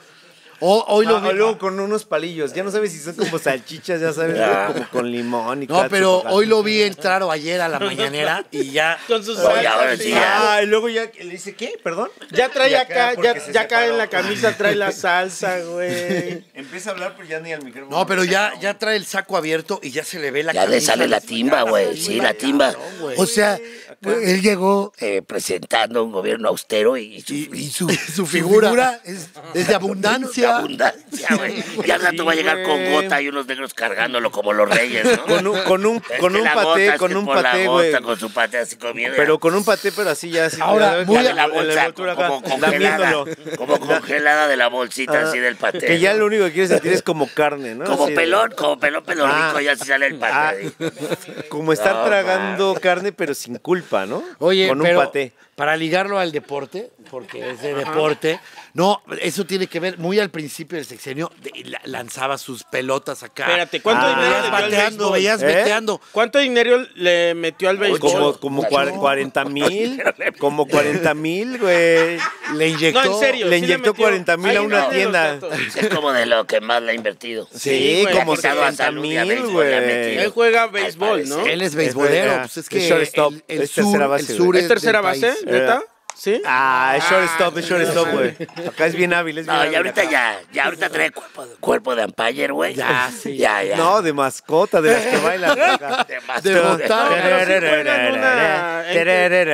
Speaker 1: O- hoy lo
Speaker 2: ah,
Speaker 1: vi-
Speaker 2: luego con unos palillos. Ya no sabes si son como salchichas, ya sabes,
Speaker 4: Ya.
Speaker 2: güey, como con limón y
Speaker 1: No, pero
Speaker 2: catsup,
Speaker 1: hoy lo vi entrar o ayer a la mañanera y ya.
Speaker 3: Con sus
Speaker 4: Oye, ahora
Speaker 3: salsas y-
Speaker 4: sí ya.
Speaker 2: Ah, y luego ya le dice, ¿qué? ¿Perdón?
Speaker 3: Ya trae
Speaker 2: Y acá,
Speaker 3: acá,
Speaker 2: porque
Speaker 3: ya,
Speaker 2: se
Speaker 3: ya acá en la
Speaker 2: separó.
Speaker 3: camisa trae la salsa, güey.
Speaker 2: Empieza a hablar, pero ya ni al micrófono.
Speaker 1: No, pero ya, ya trae el saco abierto y ya se le ve la
Speaker 4: Ya le
Speaker 1: camisa.
Speaker 4: sale la timba, güey. Sí, la timba.
Speaker 1: O sea, él llegó
Speaker 4: Eh, presentando un gobierno austero y, y su-
Speaker 1: y, y su, su figura, es, es de
Speaker 4: de
Speaker 1: abundancia.
Speaker 4: abundancia, güey. Y al rato va a llegar con gota y unos negros cargándolo como los reyes, ¿no?
Speaker 2: Con un, con un,
Speaker 4: Es
Speaker 2: con
Speaker 4: que
Speaker 2: un
Speaker 4: la gota,
Speaker 2: paté,
Speaker 4: es
Speaker 2: con
Speaker 4: que
Speaker 2: un
Speaker 4: por la
Speaker 2: paté,
Speaker 4: gota,
Speaker 2: güey.
Speaker 4: Con su paté así comiendo.
Speaker 2: Pero con un paté, pero así ya. Así,
Speaker 1: Ahora,
Speaker 2: ya-
Speaker 1: muy
Speaker 2: ya
Speaker 1: a-
Speaker 4: de la bolsa,
Speaker 2: envoltura acá,
Speaker 4: como congelada,
Speaker 2: lamiéndolo.
Speaker 4: como congelada de la bolsita
Speaker 2: Ah,
Speaker 4: así del paté.
Speaker 2: Que ya
Speaker 4: ¿no?
Speaker 2: lo único que quieres sentir es como carne, ¿no?
Speaker 4: Como
Speaker 2: Así de-
Speaker 4: pelón, como pelón, pero
Speaker 2: Ah.
Speaker 4: rico, ya se sale el
Speaker 2: Ah,
Speaker 4: paté. así.
Speaker 2: como estar
Speaker 4: No,
Speaker 2: tragando carne, pero sin culpa, ¿no?
Speaker 1: Oye,
Speaker 2: Con un
Speaker 1: pero
Speaker 2: paté.
Speaker 1: para ligarlo al deporte, porque es de deporte, no, eso tiene que ver, muy al principio del sexenio, de- la- lanzaba sus pelotas acá.
Speaker 3: Espérate, ¿cuánto
Speaker 1: Ah,
Speaker 3: dinero
Speaker 1: veías
Speaker 3: le dio al
Speaker 1: bateando,
Speaker 3: béisbol?
Speaker 1: veías
Speaker 2: ¿Eh?
Speaker 1: bateando.
Speaker 3: ¿Cuánto dinero le metió al béisbol?
Speaker 2: Como, como cuar- 40 mil, como 40 mil, güey.
Speaker 1: Le inyectó.
Speaker 3: No, en serio.
Speaker 2: le
Speaker 3: sí
Speaker 2: inyectó
Speaker 3: metió.
Speaker 2: 40,000 a
Speaker 3: Ahí
Speaker 2: una
Speaker 3: vienen los
Speaker 2: tienda.
Speaker 3: datos.
Speaker 4: Es como de lo que más le ha invertido.
Speaker 2: Sí,
Speaker 3: güey,
Speaker 2: como
Speaker 4: porque daba
Speaker 2: 70
Speaker 4: salud y a
Speaker 2: mil,
Speaker 4: béisbol le ha metido.
Speaker 3: Él
Speaker 2: güey.
Speaker 3: juega béisbol, ¿no?
Speaker 4: parecer.
Speaker 1: Él
Speaker 8: Este,
Speaker 1: es beisbolero,
Speaker 8: ah,
Speaker 2: Ajá.
Speaker 1: pues es
Speaker 2: Es
Speaker 1: que
Speaker 2: shortstop,
Speaker 1: el, el
Speaker 2: es
Speaker 1: sur,
Speaker 2: tercera base,
Speaker 1: el
Speaker 2: güey.
Speaker 1: sur
Speaker 3: ¿Es tercera
Speaker 1: del
Speaker 3: base? Eh,
Speaker 1: país.
Speaker 3: ¿Neta? ¿Sí?
Speaker 2: Eh. Ah, es
Speaker 3: Ah,
Speaker 2: shortstop, es
Speaker 3: no
Speaker 2: shortstop, güey.
Speaker 3: mames.
Speaker 2: Acá es bien hábil, es bien
Speaker 4: No,
Speaker 2: hábil
Speaker 4: y ahorita
Speaker 2: acá.
Speaker 4: ya, ya ahorita trae cuerpo, de- cuerpo de umpire, güey. Ya, sí. Ya, ya.
Speaker 2: No, de mascota, de las que bailan. acá.
Speaker 4: De más-
Speaker 1: de botar.
Speaker 3: No, pero sí juegan una-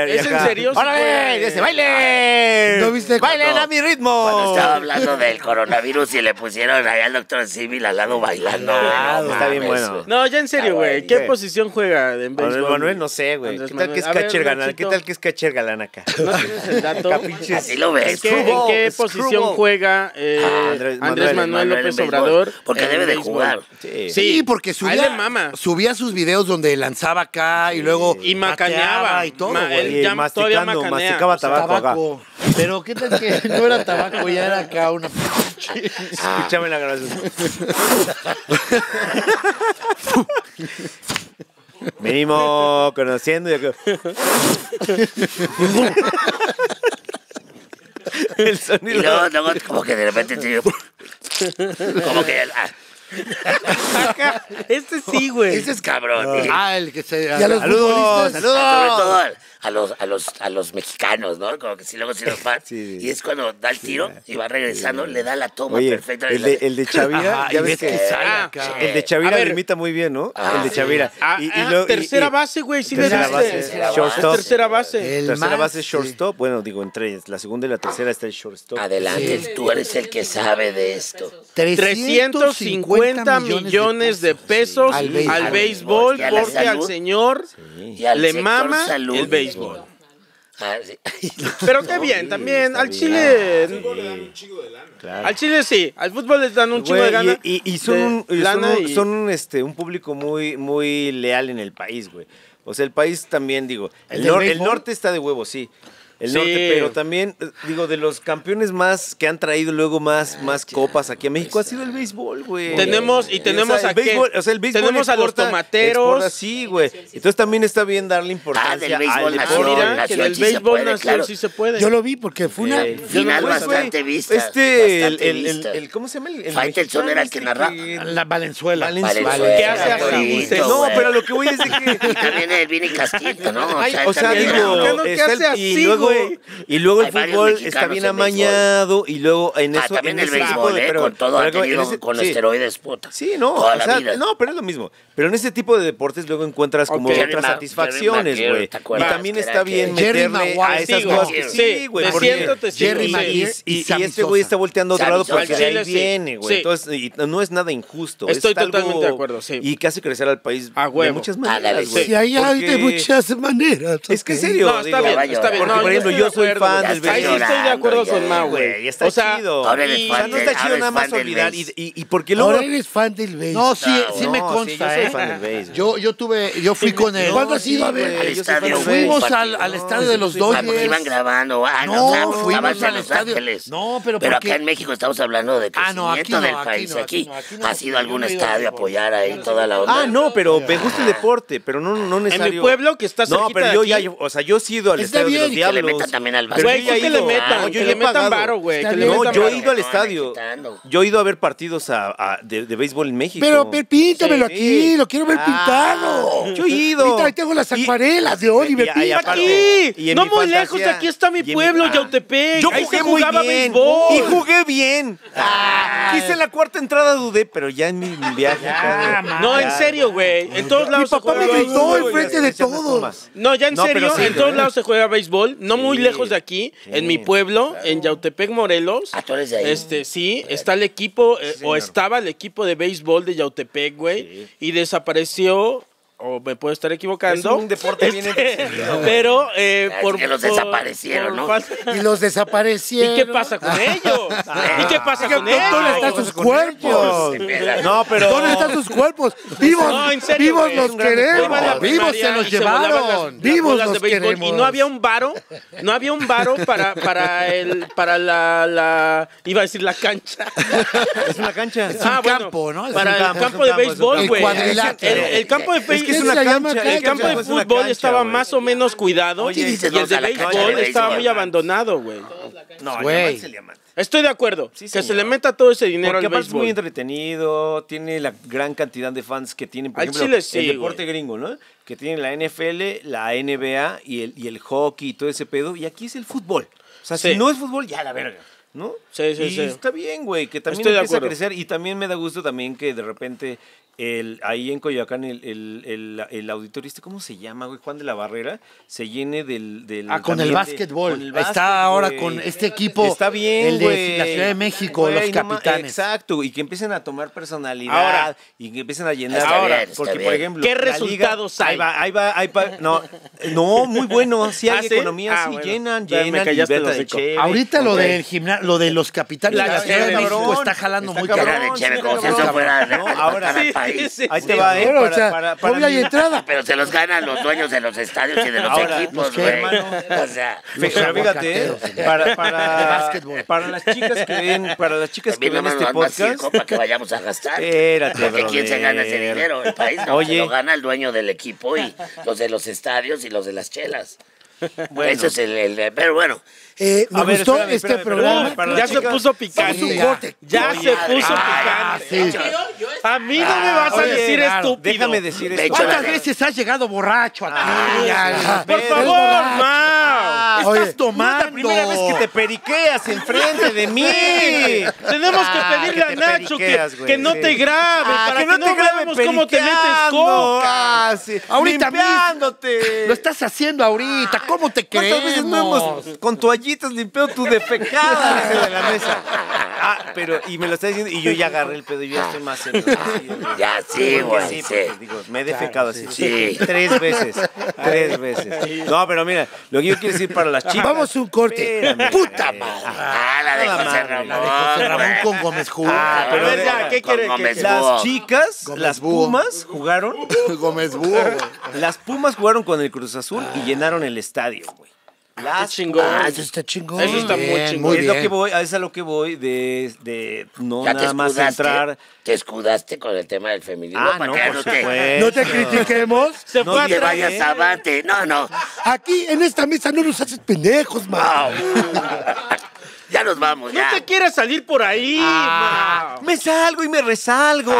Speaker 3: ¿Es en serio? Sí
Speaker 2: ¡Órale!
Speaker 3: juegan.
Speaker 2: ¡Que se baile!
Speaker 1: ¿No viste
Speaker 2: ¡Bailen
Speaker 4: cuando-
Speaker 2: a mi ritmo!
Speaker 4: Cuando estaba hablando del coronavirus y le pusieron allá al doctor Civil al lado bailando. güey,
Speaker 2: Ah,
Speaker 4: no
Speaker 2: está bien
Speaker 4: mames,
Speaker 2: bueno.
Speaker 4: güey.
Speaker 3: No, ya en serio,
Speaker 4: Ah,
Speaker 3: güey.
Speaker 4: güey,
Speaker 3: ¿Qué
Speaker 2: güey.
Speaker 3: posición juega en béisbol?
Speaker 2: Andrés Manuel, no sé, güey.
Speaker 3: Andrés
Speaker 2: ¿Qué tal que es
Speaker 3: Manuel. A ver,
Speaker 2: catcher galán? ¿Qué
Speaker 3: Nachito,
Speaker 2: tal que es catcher galán acá?
Speaker 3: ¿No tienes el dato?
Speaker 2: Acá pinches-
Speaker 4: Así lo ves.
Speaker 3: ¿En qué, en
Speaker 2: Screwball,
Speaker 3: qué
Speaker 2: Screwball.
Speaker 3: posición juega eh,
Speaker 2: Ah,
Speaker 3: Andrés
Speaker 2: Andrés
Speaker 3: Manuel,
Speaker 2: Manuel
Speaker 4: Manuel en
Speaker 3: López
Speaker 4: béisbol?
Speaker 3: Obrador?
Speaker 4: Porque
Speaker 3: en
Speaker 4: debe de
Speaker 3: béisbol?
Speaker 4: jugar.
Speaker 2: Sí.
Speaker 1: Sí, porque
Speaker 3: Ahí le
Speaker 1: subía,
Speaker 3: mama.
Speaker 1: subía sus videos donde lanzaba acá y luego
Speaker 3: Y macaneaba.
Speaker 1: pateaba y todo,
Speaker 3: Ma-
Speaker 1: güey.
Speaker 3: él
Speaker 2: Y
Speaker 3: ya todavía
Speaker 2: masticando,
Speaker 3: macanea,
Speaker 2: masticaba
Speaker 3: o sea,
Speaker 2: tabaco acá.
Speaker 1: Pero qué tal que no era tabaco, ya era acá una
Speaker 2: Escúchame la grabación. Venimos conociendo y acá. El
Speaker 4: Y
Speaker 2: sonido.
Speaker 4: luego, luego, como que de repente te Como que. ah,
Speaker 3: Acá, Este sí, güey.
Speaker 4: ese es cabrón. Y-
Speaker 1: Ah, el que se
Speaker 8: Y a los
Speaker 2: Saludos,
Speaker 8: futbolistas-
Speaker 4: Sobre todo
Speaker 2: saludos.
Speaker 4: al, a los, a los, a los mexicanos, ¿no? Como que si luego se los van.
Speaker 2: Sí.
Speaker 4: Y es cuando da el tiro y va regresando, le da la toma
Speaker 2: Oye,
Speaker 4: perfecta.
Speaker 2: el de, el de Chavira,
Speaker 1: Ajá,
Speaker 2: ya
Speaker 1: y
Speaker 2: ves
Speaker 1: ves
Speaker 2: que...
Speaker 1: que sale acá.
Speaker 2: El de Chavira
Speaker 3: A ver.
Speaker 2: lo imita muy bien, ¿no?
Speaker 4: Ah,
Speaker 2: el de
Speaker 4: sí.
Speaker 2: Chavira.
Speaker 3: Ah,
Speaker 2: Y- y
Speaker 3: ah,
Speaker 2: lo- y-
Speaker 3: tercera
Speaker 2: y-
Speaker 3: base, güey, sí le
Speaker 2: tercera
Speaker 3: diste.
Speaker 2: base,
Speaker 4: Tercera
Speaker 3: Es
Speaker 2: shortstop.
Speaker 3: tercera base.
Speaker 1: El
Speaker 2: tercera
Speaker 1: más,
Speaker 2: base es
Speaker 1: sí.
Speaker 2: shortstop. Bueno, digo, entre la segunda y la tercera está el shortstop.
Speaker 4: Adelante, tú eres el que sabe de esto.
Speaker 3: 350 millones de pesos
Speaker 1: Al béisbol.
Speaker 3: al béisbol
Speaker 4: Y a la
Speaker 3: porque al
Speaker 4: salud.
Speaker 3: señor
Speaker 4: Y al
Speaker 3: le
Speaker 4: sector
Speaker 3: mama
Speaker 4: salud.
Speaker 3: el béisbol.
Speaker 4: Ah, sí.
Speaker 3: Pero qué bien, también al Chile,
Speaker 2: Claro.
Speaker 3: al Chile sí, al fútbol les dan un chingo
Speaker 2: Güey,
Speaker 3: de gana.
Speaker 2: Y, y- y son,
Speaker 3: de
Speaker 2: un, y son
Speaker 3: lana
Speaker 2: un-
Speaker 3: y-
Speaker 2: son un, este, un público muy, muy leal en el país, güey. O sea, el país también, digo,
Speaker 1: ¿El
Speaker 2: el,
Speaker 1: del
Speaker 2: nor- el
Speaker 1: béisbol?
Speaker 2: norte está de huevo, sí. El
Speaker 3: Sí.
Speaker 2: norte, pero también, eh, digo, de los campeones más que han traído luego más, más copas aquí a México ha sido el béisbol, güey.
Speaker 3: Tenemos-
Speaker 2: O
Speaker 3: y
Speaker 2: sea,
Speaker 3: tenemos
Speaker 2: el
Speaker 3: a qué?
Speaker 2: béisbol- o sea, el béisbol
Speaker 3: Tenemos a los
Speaker 2: exporta-
Speaker 3: tomateros.
Speaker 2: exporta, sí, güey. Entonces también está bien darle
Speaker 4: Ah,
Speaker 2: importancia
Speaker 4: del béisbol
Speaker 2: al
Speaker 3: Ah,
Speaker 4: nacional.
Speaker 2: deporte.
Speaker 3: mira,
Speaker 4: nació,
Speaker 3: que del
Speaker 4: sí se
Speaker 3: béisbol
Speaker 4: puede,
Speaker 3: nacional
Speaker 4: claro.
Speaker 3: sí se puede.
Speaker 8: Yo lo vi porque fue una.
Speaker 2: Eh,
Speaker 4: Final
Speaker 2: pues,
Speaker 4: bastante
Speaker 2: güey,
Speaker 4: vista,
Speaker 2: Este,
Speaker 4: bastante
Speaker 2: el, el- el-
Speaker 4: vista.
Speaker 2: el- ¿cómo se llama? El, el
Speaker 4: Faitelson
Speaker 2: mexicano
Speaker 4: era el que
Speaker 2: este
Speaker 4: narraba.
Speaker 1: La Valenzuela.
Speaker 2: Valenzuela.
Speaker 4: Valenzuela,
Speaker 3: ¿Qué hace hasta
Speaker 4: Torito,
Speaker 3: usted?
Speaker 2: No,
Speaker 4: güey.
Speaker 2: pero lo que voy es de
Speaker 4: Y
Speaker 2: que.
Speaker 4: también el Vini Castillo, ¿no?
Speaker 2: Ay, o sea,
Speaker 4: también
Speaker 3: el
Speaker 2: digo,
Speaker 3: mexicano que
Speaker 2: está el-
Speaker 3: hace
Speaker 2: y
Speaker 3: así,
Speaker 2: luego,
Speaker 3: güey.
Speaker 2: y luego el
Speaker 4: Hay varios
Speaker 2: fútbol
Speaker 4: mexicanos
Speaker 2: está bien
Speaker 4: en béisbol.
Speaker 2: amañado y luego en
Speaker 4: Ah,
Speaker 2: eso
Speaker 4: también
Speaker 2: en
Speaker 4: el
Speaker 2: ese tipo
Speaker 4: béisbol,
Speaker 2: de-
Speaker 4: ¿eh?
Speaker 2: pero-
Speaker 4: Con todo
Speaker 2: pero
Speaker 4: ha tenido
Speaker 2: en ese-
Speaker 4: con este
Speaker 2: sí.
Speaker 4: esteroides, puta.
Speaker 2: Sí, no,
Speaker 4: Toda
Speaker 2: o
Speaker 4: la
Speaker 2: sea,
Speaker 4: vida.
Speaker 2: no, pero es lo mismo. Pero en ese tipo de deportes luego encuentras como
Speaker 3: Ok.
Speaker 2: otras
Speaker 4: Jerry Ma-
Speaker 2: satisfacciones,
Speaker 4: Jerry
Speaker 2: güey.
Speaker 4: Maguire, ¿te acuerdas?
Speaker 2: Y también
Speaker 4: Que era
Speaker 2: está
Speaker 4: que-
Speaker 1: Jerry
Speaker 2: bien meterle a
Speaker 1: Maguire,
Speaker 2: esas
Speaker 3: sí,
Speaker 2: cosas
Speaker 3: güey.
Speaker 2: que
Speaker 3: Sí,
Speaker 2: sí, güey.
Speaker 3: te
Speaker 2: porque-
Speaker 3: siento, te siento,
Speaker 1: Jerry
Speaker 3: sí.
Speaker 1: Maguire
Speaker 2: y,
Speaker 1: y
Speaker 2: y
Speaker 1: Sammy
Speaker 2: este güey
Speaker 1: Sosa.
Speaker 2: está volteando a otro
Speaker 4: Sammy
Speaker 2: lado
Speaker 4: Sosa.
Speaker 2: porque
Speaker 4: Al
Speaker 2: de ahí
Speaker 3: Chile, sí.
Speaker 2: viene, güey.
Speaker 3: Sí.
Speaker 2: Entonces, y no es nada injusto.
Speaker 3: Estoy
Speaker 2: es algo-
Speaker 3: totalmente de acuerdo, sí.
Speaker 2: Y que hace crecer al país
Speaker 3: A
Speaker 2: de
Speaker 3: huevo.
Speaker 2: muchas
Speaker 4: A la
Speaker 2: maneras,
Speaker 4: vez,
Speaker 2: güey.
Speaker 4: sí.
Speaker 8: Y ahí hay de
Speaker 2: Porque-
Speaker 8: muchas maneras.
Speaker 2: Es que en
Speaker 8: ¿ok?
Speaker 2: serio.
Speaker 3: No, está
Speaker 2: digo,
Speaker 3: bien, está bien.
Speaker 2: Porque,
Speaker 3: No,
Speaker 2: por ejemplo,
Speaker 3: estoy de
Speaker 2: yo soy
Speaker 3: acuerdo,
Speaker 2: fan
Speaker 4: ya
Speaker 2: del
Speaker 4: está
Speaker 3: Ahí sí
Speaker 2: béisbol.
Speaker 4: llorando.
Speaker 3: estoy de acuerdo
Speaker 4: ya,
Speaker 3: con Mau,
Speaker 2: Güey,
Speaker 3: güey.
Speaker 2: está
Speaker 3: o sea,
Speaker 2: chido.
Speaker 4: ahora eres
Speaker 2: Y-
Speaker 4: fan
Speaker 2: o sea, no
Speaker 4: del-
Speaker 2: está chido
Speaker 4: ahora
Speaker 2: nada
Speaker 4: eres
Speaker 2: más
Speaker 4: fan del
Speaker 2: olvidar. Y,
Speaker 4: béis.
Speaker 2: y- y porque luego.
Speaker 8: Ahora eres fan del béisbol. Ah,
Speaker 1: No, sí,
Speaker 4: No,
Speaker 1: sí me
Speaker 2: No, sí,
Speaker 1: consta,
Speaker 2: yo soy
Speaker 1: ¿eh?
Speaker 2: fan del béisbol.
Speaker 1: Yo, yo tuve, yo fui con él.
Speaker 8: ¿Cuándo has ido a ver?
Speaker 2: Yo
Speaker 4: Al
Speaker 2: soy
Speaker 4: estadio,
Speaker 2: fan del
Speaker 4: güey.
Speaker 2: béisbol.
Speaker 1: Fuimos al, al estadio de los
Speaker 2: Sí, sí, sí.
Speaker 4: Ah, porque iban
Speaker 1: Dodgers.
Speaker 4: grabando. Ah, no,
Speaker 1: No,
Speaker 4: claro,
Speaker 1: fuimos
Speaker 4: estabas en
Speaker 1: al
Speaker 4: Los
Speaker 1: estadio.
Speaker 4: Ángeles.
Speaker 1: No, pero
Speaker 4: Pero
Speaker 1: porque-
Speaker 4: acá en México estamos hablando de
Speaker 1: Ah,
Speaker 4: crecimiento
Speaker 1: no, aquí no,
Speaker 4: del
Speaker 1: aquí
Speaker 4: país.
Speaker 1: no,
Speaker 4: aquí,
Speaker 1: aquí no, aquí no,
Speaker 4: ha sido
Speaker 1: porque
Speaker 4: algún
Speaker 1: yo no he ido a
Speaker 4: estadio a
Speaker 1: béisbol.
Speaker 4: apoyar ahí toda la onda.
Speaker 2: Ah, no, pero me gusta el deporte, pero no, no necesario.
Speaker 3: pueblo, que está
Speaker 2: No,
Speaker 3: cerquita
Speaker 2: pero
Speaker 3: de
Speaker 2: yo
Speaker 3: aquí.
Speaker 2: ya, o sea, yo sí he ido al
Speaker 8: Está
Speaker 2: estadio de los
Speaker 8: bien,
Speaker 4: que le
Speaker 2: diablos.
Speaker 4: metan también al
Speaker 2: Pero
Speaker 3: Güey,
Speaker 2: yo ya
Speaker 3: que
Speaker 2: he
Speaker 3: le
Speaker 2: ido.
Speaker 3: metan,
Speaker 2: No, yo
Speaker 3: que
Speaker 2: ya
Speaker 3: le
Speaker 2: he
Speaker 3: metan
Speaker 2: pagado.
Speaker 3: varo, güey,
Speaker 8: Está
Speaker 3: que le
Speaker 8: bien.
Speaker 2: No,
Speaker 3: metan
Speaker 2: yo
Speaker 3: varo.
Speaker 2: he ido al
Speaker 4: No,
Speaker 2: estadio.
Speaker 4: quitando.
Speaker 2: Yo he ido a ver partidos a, a- de, de béisbol en México.
Speaker 8: Pero pe- píntamelo
Speaker 2: Sí.
Speaker 8: aquí, lo quiero ver
Speaker 2: Ah,
Speaker 8: pintado.
Speaker 2: yo he ido.
Speaker 8: Ahorita ahí tengo las
Speaker 2: Y-
Speaker 8: acuarelas de Oliver.
Speaker 2: y- y
Speaker 8: Pink.
Speaker 2: aparte-
Speaker 3: Aquí,
Speaker 2: y en
Speaker 3: no
Speaker 2: mi
Speaker 3: muy
Speaker 2: fantasía-
Speaker 3: lejos de aquí está mi
Speaker 2: y en mi-
Speaker 3: pueblo,
Speaker 2: ah.
Speaker 3: Yautepec.
Speaker 2: Yo
Speaker 3: Ahí
Speaker 2: jugué
Speaker 3: se
Speaker 2: muy
Speaker 3: jugaba
Speaker 2: bien.
Speaker 3: béisbol.
Speaker 2: Y jugué bien.
Speaker 8: Ah.
Speaker 2: Quise en la cuarta entrada dudé, pero ya en mi mi viaje. acá, güey.
Speaker 3: No, en serio, güey. En todos
Speaker 8: Mi
Speaker 3: lados se
Speaker 8: papá
Speaker 3: juega
Speaker 8: me
Speaker 3: béisbol.
Speaker 8: gritó
Speaker 2: güey,
Speaker 8: enfrente
Speaker 2: las
Speaker 8: de
Speaker 2: escuchas las
Speaker 8: todos.
Speaker 2: tomas.
Speaker 3: No, ya en
Speaker 2: No, pero
Speaker 3: serio,
Speaker 2: sí,
Speaker 3: en
Speaker 2: ¿no?
Speaker 3: todos lados se juega béisbol, no muy lejos de aquí, en mi pueblo, en Yautepec, Morelos.
Speaker 4: Ah, tú eres de ahí.
Speaker 3: Este, sí, está el equipo, eh, o estaba el equipo de béisbol de Yautepec, güey, y desapareció, o me puedo estar equivocando. Este,
Speaker 2: Es un deporte bien entretenido,
Speaker 3: Pero, eh,
Speaker 4: Es
Speaker 3: por.
Speaker 4: que los
Speaker 3: por-
Speaker 4: desaparecieron,
Speaker 3: por
Speaker 4: ¿no?
Speaker 3: falta-
Speaker 8: Y los desaparecieron.
Speaker 3: ¿Y qué pasa con ellos? ¿Y qué pasa con ellos?
Speaker 8: ¿Dónde están sus cuerpos?
Speaker 2: No, pero.
Speaker 8: ¿Dónde están sus cuerpos? Vivos,
Speaker 3: No, en serio,
Speaker 8: vivos
Speaker 3: güey.
Speaker 8: los
Speaker 3: Iba a la
Speaker 8: queremos. Vivos
Speaker 3: primaria
Speaker 8: se los
Speaker 3: y volaban las-
Speaker 8: llevaron.
Speaker 3: las
Speaker 8: Vivos
Speaker 3: bolas de
Speaker 8: los
Speaker 3: béisbol
Speaker 8: queremos.
Speaker 3: Y no había un varo, no había un varo para, para el, para la, la, iba a decir la cancha. Ah,
Speaker 2: Es una cancha.
Speaker 1: un campo, ¿no? Es
Speaker 3: Para
Speaker 1: un
Speaker 3: el
Speaker 1: campo,
Speaker 3: campo,
Speaker 1: es un
Speaker 2: campo,
Speaker 3: de
Speaker 2: es un
Speaker 3: béisbol,
Speaker 1: campo.
Speaker 3: güey.
Speaker 1: El cuadrilátero.
Speaker 3: El, el campo de
Speaker 2: Es que es
Speaker 8: ¿Qué
Speaker 3: béisbol.
Speaker 2: una
Speaker 8: se llama
Speaker 2: cancha.
Speaker 8: cancha?
Speaker 3: El campo de
Speaker 2: Es una
Speaker 3: fútbol
Speaker 2: cancha,
Speaker 3: estaba
Speaker 2: güey.
Speaker 3: más o menos cuidado
Speaker 2: Oye,
Speaker 3: y el
Speaker 4: dícenos
Speaker 3: de
Speaker 4: a la cancha de
Speaker 3: béisbol
Speaker 4: béisbol,
Speaker 3: estaba muy
Speaker 4: hermano.
Speaker 3: abandonado, güey.
Speaker 2: No,
Speaker 1: Güey.
Speaker 2: llamarse diamante.
Speaker 3: Estoy de acuerdo, que se
Speaker 2: señor.
Speaker 3: le meta todo ese dinero
Speaker 2: Porque
Speaker 3: al
Speaker 2: aparte es muy
Speaker 3: béisbol.
Speaker 2: entretenido, tiene la gran cantidad de fans que tienen, por
Speaker 3: Al
Speaker 2: ejemplo,
Speaker 3: Chile sí,
Speaker 2: el deporte
Speaker 3: güey.
Speaker 2: gringo, ¿no? Que tienen la NFL, la NBA y el, y el hockey y todo ese pedo. Y aquí es el fútbol. O sea,
Speaker 3: Sí.
Speaker 2: si no es fútbol, ya la verga, ¿no?
Speaker 3: Sí, sí,
Speaker 2: y
Speaker 3: sí.
Speaker 2: está bien, güey, que también
Speaker 3: Estoy de
Speaker 2: empieza a
Speaker 3: acuerdo.
Speaker 2: crecer. Y también me da gusto también que de repente el, ahí en Coyoacán el, el, el, el auditorio, este, ¿cómo se llama, güey? Juan de la Barrera, se llene del... del
Speaker 1: Ah, con el
Speaker 2: también de-
Speaker 1: básquetbol.
Speaker 2: con el
Speaker 1: Está ahora
Speaker 2: güey.
Speaker 1: con este equipo.
Speaker 2: Está bien,
Speaker 1: El de
Speaker 2: güey.
Speaker 1: la Ciudad de México,
Speaker 2: Güey,
Speaker 1: los
Speaker 2: no ma-
Speaker 1: capitanes.
Speaker 2: exacto, y que empiecen a tomar personalidad
Speaker 3: Ahora.
Speaker 2: y que empiecen a llenar.
Speaker 4: Está
Speaker 2: Ahora,
Speaker 4: bien, está
Speaker 2: porque
Speaker 4: bien.
Speaker 2: por ejemplo,
Speaker 3: ¿Qué
Speaker 2: la
Speaker 3: resultados hay?
Speaker 2: Ahí va, ahí va, ahí va- no, no, muy bueno, sí hay
Speaker 3: ¿Ah, sí?
Speaker 2: economía,
Speaker 3: Ah,
Speaker 2: sí
Speaker 3: bueno.
Speaker 2: llenan,
Speaker 3: Ya me
Speaker 2: llenan, y
Speaker 3: callaste
Speaker 2: venta
Speaker 3: el
Speaker 2: de
Speaker 3: hocico.
Speaker 2: cheve.
Speaker 1: Ahorita lo
Speaker 2: Güey,
Speaker 1: del gimnasio, lo de los capitanes
Speaker 3: La
Speaker 1: de la Ciudad de
Speaker 3: cheve,
Speaker 1: México
Speaker 2: cabrón,
Speaker 1: está jalando muy
Speaker 2: cabrón,
Speaker 1: cabrón.
Speaker 4: Era de chévere,
Speaker 2: sí,
Speaker 4: como si eso
Speaker 2: cabrón.
Speaker 4: fuera de
Speaker 2: No, ahora
Speaker 4: para el
Speaker 3: sí,
Speaker 4: país.
Speaker 3: sí,
Speaker 2: Ahí te va, eh,
Speaker 8: Pero,
Speaker 2: para,
Speaker 8: o sea,
Speaker 2: para, para
Speaker 8: doble hay
Speaker 2: mi-
Speaker 8: entrada.
Speaker 4: Pero se los ganan los dueños de los estadios y de los
Speaker 2: Ahora,
Speaker 4: equipos,
Speaker 2: ¿los qué,
Speaker 4: güey.
Speaker 2: hermano?
Speaker 4: O sea,
Speaker 2: Fe- Pero fíjate,
Speaker 1: aguacateros,
Speaker 2: eh, para, para,
Speaker 1: Básquetbol.
Speaker 2: para las chicas que ven, para las chicas que
Speaker 4: también no
Speaker 2: ven
Speaker 4: nos
Speaker 2: este
Speaker 4: dan más
Speaker 2: podcast,
Speaker 4: circo para que vayamos a gastar.
Speaker 2: Espérate,
Speaker 4: Porque ¿quién se gana ese
Speaker 2: brother.
Speaker 4: dinero? El país no,
Speaker 2: Oye.
Speaker 4: se lo gana el dueño del equipo y los de los estadios y los de las chelas.
Speaker 2: Bueno.
Speaker 4: Eso es el, el- Pero bueno,
Speaker 8: Eh, me
Speaker 2: A ver,
Speaker 8: gustó
Speaker 2: espérame,
Speaker 8: este
Speaker 2: espérame, espérame.
Speaker 8: programa.
Speaker 2: Para
Speaker 3: ya
Speaker 2: las
Speaker 3: se
Speaker 2: chicas-
Speaker 3: puso
Speaker 8: Vamos
Speaker 3: picante.
Speaker 8: a un
Speaker 3: Ya se puso
Speaker 4: Ah,
Speaker 3: picante.
Speaker 1: Sí.
Speaker 3: A mí no me vas a
Speaker 2: Ah, Oye,
Speaker 3: decir
Speaker 2: claro,
Speaker 3: estúpido.
Speaker 2: Déjame decir
Speaker 1: Me
Speaker 2: esto.
Speaker 1: echo la
Speaker 2: Otra
Speaker 1: cara.
Speaker 2: vez.
Speaker 1: veces has llegado borracho aquí? Ya,
Speaker 3: Por
Speaker 2: Eres
Speaker 3: favor,
Speaker 2: ah,
Speaker 1: borracho.
Speaker 3: ma.
Speaker 1: Estás
Speaker 8: Oye,
Speaker 1: tomando.
Speaker 2: No es la primera vez que te periqueas enfrente de mí.
Speaker 3: Tenemos que
Speaker 2: Ah,
Speaker 3: pedirle
Speaker 2: que
Speaker 3: a
Speaker 2: te
Speaker 3: Nacho que,
Speaker 2: periqueas, güey,
Speaker 3: que no
Speaker 2: sí.
Speaker 3: te grabe,
Speaker 2: Ah,
Speaker 3: para que, no, te veamos cómo te metes
Speaker 2: periqueando.
Speaker 3: coca.
Speaker 2: Ah, sí.
Speaker 1: Ahorita mismo.
Speaker 2: Limpiándote.
Speaker 1: Lo estás haciendo ahorita. ¿Cómo te
Speaker 2: ¿Cuántas
Speaker 1: creemos?
Speaker 2: veces no hemos con toallitas limpiado tu defecada desde de la mesa? Ah, pero, y me lo está diciendo, y yo ya agarré el pedo, y yo ya estoy más enloquecido.
Speaker 4: Ya, sí,
Speaker 2: Porque
Speaker 4: güey,
Speaker 2: Sí,
Speaker 4: sí.
Speaker 2: porque digo, me he defecado así.
Speaker 4: sí.
Speaker 2: Tres veces. Tres veces. No, pero mira, lo que yo quiero decir para las chicas.
Speaker 1: Vamos a un corte.
Speaker 2: Espérame.
Speaker 4: ¡Puta madre! Ah, la de
Speaker 2: Toda
Speaker 4: José
Speaker 2: madre,
Speaker 4: Ramón.
Speaker 2: la de
Speaker 1: José Ramón con Gómez Ju.
Speaker 2: Ah, pero
Speaker 3: a ver,
Speaker 2: de-
Speaker 3: ya, ¿qué
Speaker 4: con
Speaker 3: quiere?
Speaker 4: Gómez
Speaker 3: ¿Qué quiere?
Speaker 2: Las
Speaker 4: Búho.
Speaker 2: chicas,
Speaker 1: Gómez
Speaker 2: las
Speaker 1: Búho.
Speaker 2: Pumas, jugaron.
Speaker 1: Gómez Búho. güey.
Speaker 2: Las Pumas jugaron con el Cruz Azul y llenaron el estadio, güey.
Speaker 3: Qué
Speaker 2: Las
Speaker 3: chingón.
Speaker 1: Ah, eso está chingón.
Speaker 3: Eso está muy
Speaker 1: Bien,
Speaker 3: chingón.
Speaker 1: Muy
Speaker 2: es lo
Speaker 1: bien.
Speaker 2: que voy, a eso es a lo que voy de, de no
Speaker 4: Ya te
Speaker 2: nada más
Speaker 4: escudaste.
Speaker 2: entrar.
Speaker 4: Te escudaste con el tema del feminismo.
Speaker 2: Ah,
Speaker 4: para
Speaker 2: no,
Speaker 4: que
Speaker 2: por
Speaker 4: no te-
Speaker 2: supuesto.
Speaker 8: No te critiquemos.
Speaker 3: Se
Speaker 2: No
Speaker 3: fue
Speaker 4: no te
Speaker 3: atrás.
Speaker 4: vayas a bate. No, no.
Speaker 8: Aquí en esta mesa no nos haces pendejos, man.
Speaker 4: Au. Oh. ya nos vamos,
Speaker 3: No
Speaker 4: ya.
Speaker 3: te quieras salir por ahí, ma.
Speaker 2: Me salgo y me resalgo.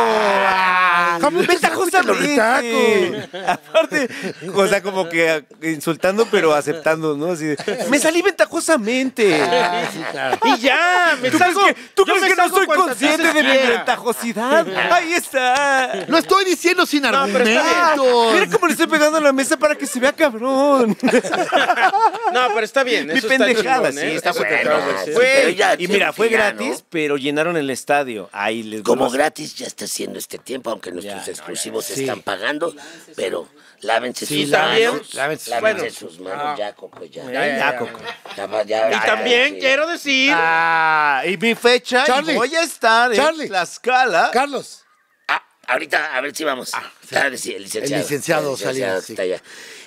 Speaker 8: ¿Cómo te sacaste los
Speaker 2: Ventajosamente. Aparte, o sea, como que insultando, pero aceptando, ¿no? Así de, me salí ventajosamente.
Speaker 3: Y ya,
Speaker 2: Ah,
Speaker 3: me
Speaker 2: ¿Tú crees
Speaker 3: salgo.
Speaker 2: que, tú
Speaker 3: yo
Speaker 2: crees
Speaker 3: me
Speaker 2: que no
Speaker 3: salgo
Speaker 2: soy
Speaker 3: cuantas
Speaker 2: consciente
Speaker 3: veces
Speaker 2: de mi
Speaker 3: quiera.
Speaker 2: ventajosidad? Ahí está.
Speaker 1: Lo estoy diciendo sin
Speaker 3: pero está bien.
Speaker 1: argumentos.
Speaker 2: Mira cómo le estoy pegando a la mesa para que se vea cabrón.
Speaker 3: No, pero está bien.
Speaker 2: Mi
Speaker 3: Eso está
Speaker 2: pendejada,
Speaker 3: chingón, ¿eh?
Speaker 2: sí, está
Speaker 3: Eso que
Speaker 4: bueno,
Speaker 3: acabas de decir.
Speaker 4: sí. pero
Speaker 2: Güey,
Speaker 4: ya,
Speaker 2: y mira, fue
Speaker 4: ya, ¿no?
Speaker 2: gratis, pero llenaron el estadio. Ahí les
Speaker 4: Como
Speaker 2: vuelvo a-
Speaker 4: gratis ya está haciendo este tiempo, aunque nuestros exclusivos están pagando, pero lávense
Speaker 1: Sí,
Speaker 4: sus
Speaker 1: también.
Speaker 4: manos.
Speaker 1: Lávense sus
Speaker 4: Lávense
Speaker 1: manos.
Speaker 4: sus manos, ya, Coco, ya.
Speaker 2: Ya, ya, Ah, Coco.
Speaker 4: Ya va, ya,
Speaker 3: Y
Speaker 4: ya,
Speaker 3: también
Speaker 4: sí.
Speaker 3: quiero decir.
Speaker 2: Ah, y mi fecha y
Speaker 8: Charlie.
Speaker 2: voy a estar
Speaker 8: Charlie.
Speaker 2: en Tlaxcala.
Speaker 8: Carlos.
Speaker 4: Ah, ahorita, a ver si vamos.
Speaker 2: Ah,
Speaker 4: Claro que sí, el licenciado.
Speaker 1: El licenciado Salinas,
Speaker 4: que está allá.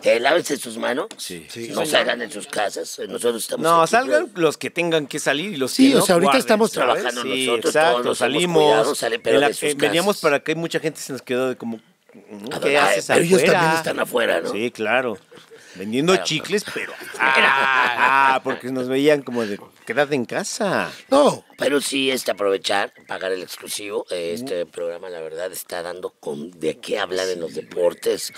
Speaker 4: Eh, lávense sus manos. no salgan en sus casas. eh, Nosotros estamos.
Speaker 2: No,
Speaker 4: aquí,
Speaker 2: salgan
Speaker 4: pero
Speaker 2: los que tengan que salir y los
Speaker 8: Sí,
Speaker 2: que no,
Speaker 8: o sea, ahorita
Speaker 2: guarden.
Speaker 8: estamos
Speaker 2: ¿sabes?
Speaker 4: trabajando
Speaker 2: Sí,
Speaker 4: nosotros,
Speaker 2: exacto,
Speaker 4: todos nos hemos
Speaker 2: salimos.
Speaker 4: cuidado, salen, pero
Speaker 2: En la-
Speaker 4: de sus
Speaker 2: eh, veníamos
Speaker 4: casas.
Speaker 2: para acá y mucha gente se nos quedó de como, ¿qué
Speaker 4: pues, ¿A dónde?
Speaker 2: haces
Speaker 4: Pero
Speaker 2: afuera?
Speaker 4: ellos también están afuera, ¿no?
Speaker 2: Sí, claro. Vendiendo chicles, pero ah, ah, porque nos veían como de, quédate en casa.
Speaker 8: No.
Speaker 4: Pero sí, este, aprovechar, pagar el exclusivo. Eh, Este programa, la verdad, está dando con de qué hablar en los deportes,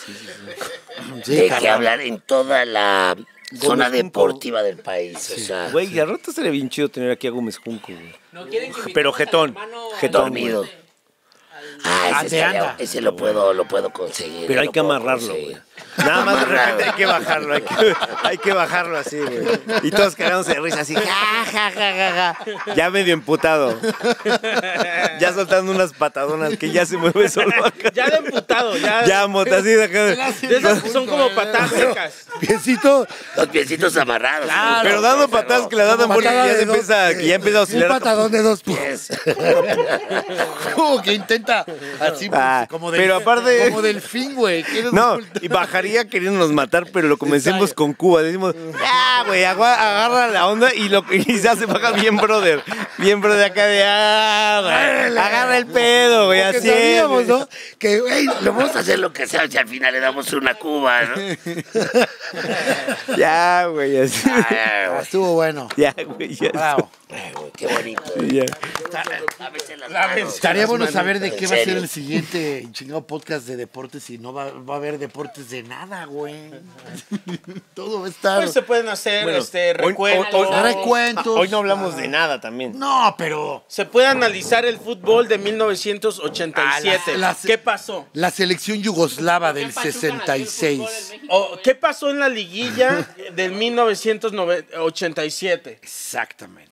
Speaker 4: de qué hablar en toda la zona
Speaker 2: Junco.
Speaker 4: deportiva del país. O sea,
Speaker 2: Güey, de rato sería bien chido tener aquí a Gómez Junco, güey. Pero jetón, jetón. güey.
Speaker 4: dormido. Ah, ese, estaría-
Speaker 1: anda.
Speaker 4: ese lo puedo, lo puedo conseguir.
Speaker 2: Pero hay
Speaker 4: lo
Speaker 2: que
Speaker 4: puedo
Speaker 2: amarrarlo,
Speaker 4: conseguir.
Speaker 2: güey. Nada más de
Speaker 4: Amarrado.
Speaker 2: repente hay que bajarlo, hay que, hay que bajarlo así, güey. Y todos cagándose de risa así, ja, ja, ja, ja, ja. Ya medio emputado. Ya soltando unas patadonas que ya se mueve solo acá.
Speaker 3: Ya de emputado, ya.
Speaker 2: Ya, mota, así de acá.
Speaker 3: De esas que son como patadas secas.
Speaker 8: Piecito.
Speaker 4: Los piecitos amarrados. Ah, ¿no?
Speaker 2: Pero dando
Speaker 4: Pero-
Speaker 2: patadas que la dan
Speaker 8: Una
Speaker 2: porque
Speaker 8: patada
Speaker 2: ya
Speaker 8: de
Speaker 2: se
Speaker 8: dos,
Speaker 2: empieza,
Speaker 1: eh,
Speaker 2: que ya empieza a
Speaker 8: Un
Speaker 2: oscilar.
Speaker 8: patadón de dos.
Speaker 4: Es-
Speaker 1: Como que intenta así, pues,
Speaker 2: Ah,
Speaker 1: como, del,
Speaker 2: pero aparte-
Speaker 1: como delfín, güey. ¿Quieres
Speaker 2: No,
Speaker 1: un-
Speaker 2: y bajaría queriéndonos matar, pero lo convencemos con Cuba. Decimos, ah, güey, agua- agarra la onda y, lo, y ya se baja bien, brother. Bien, brother, acá de, ah, güey, agarra el pedo, güey,
Speaker 8: Que
Speaker 2: así es.
Speaker 8: sabíamos, ¿no? Que, ey,
Speaker 4: Lo vamos a hacer lo que sea, si al final le damos una cuba, ¿no?
Speaker 2: Ya, güey, así.
Speaker 4: Ay, güey,
Speaker 1: Estuvo bueno.
Speaker 2: Ya, güey, ya.
Speaker 1: Bravo.
Speaker 4: qué bonito.
Speaker 2: Ya.
Speaker 4: Lávense las manos.
Speaker 1: Estaría bueno saber de
Speaker 4: ¿En
Speaker 1: qué va a ser
Speaker 4: serio?
Speaker 1: el siguiente chingado podcast de deportes y no va, va a haber deportes de nada, güey. Todo va a estar.
Speaker 3: Pues se pueden hacer
Speaker 2: Bueno,
Speaker 3: este
Speaker 2: hoy-
Speaker 3: recuento.
Speaker 2: hoy- hoy-
Speaker 1: Recuentos.
Speaker 2: Hoy no hablamos de nada también.
Speaker 1: No, pero
Speaker 3: Se puede analizar el fútbol de
Speaker 1: Ah,
Speaker 3: 1987.
Speaker 1: la- la-
Speaker 3: ¿Qué pasó?
Speaker 1: la selección yugoslava del 66.
Speaker 3: O, ¿Qué pasó en la liguilla del 1987?
Speaker 1: Exactamente.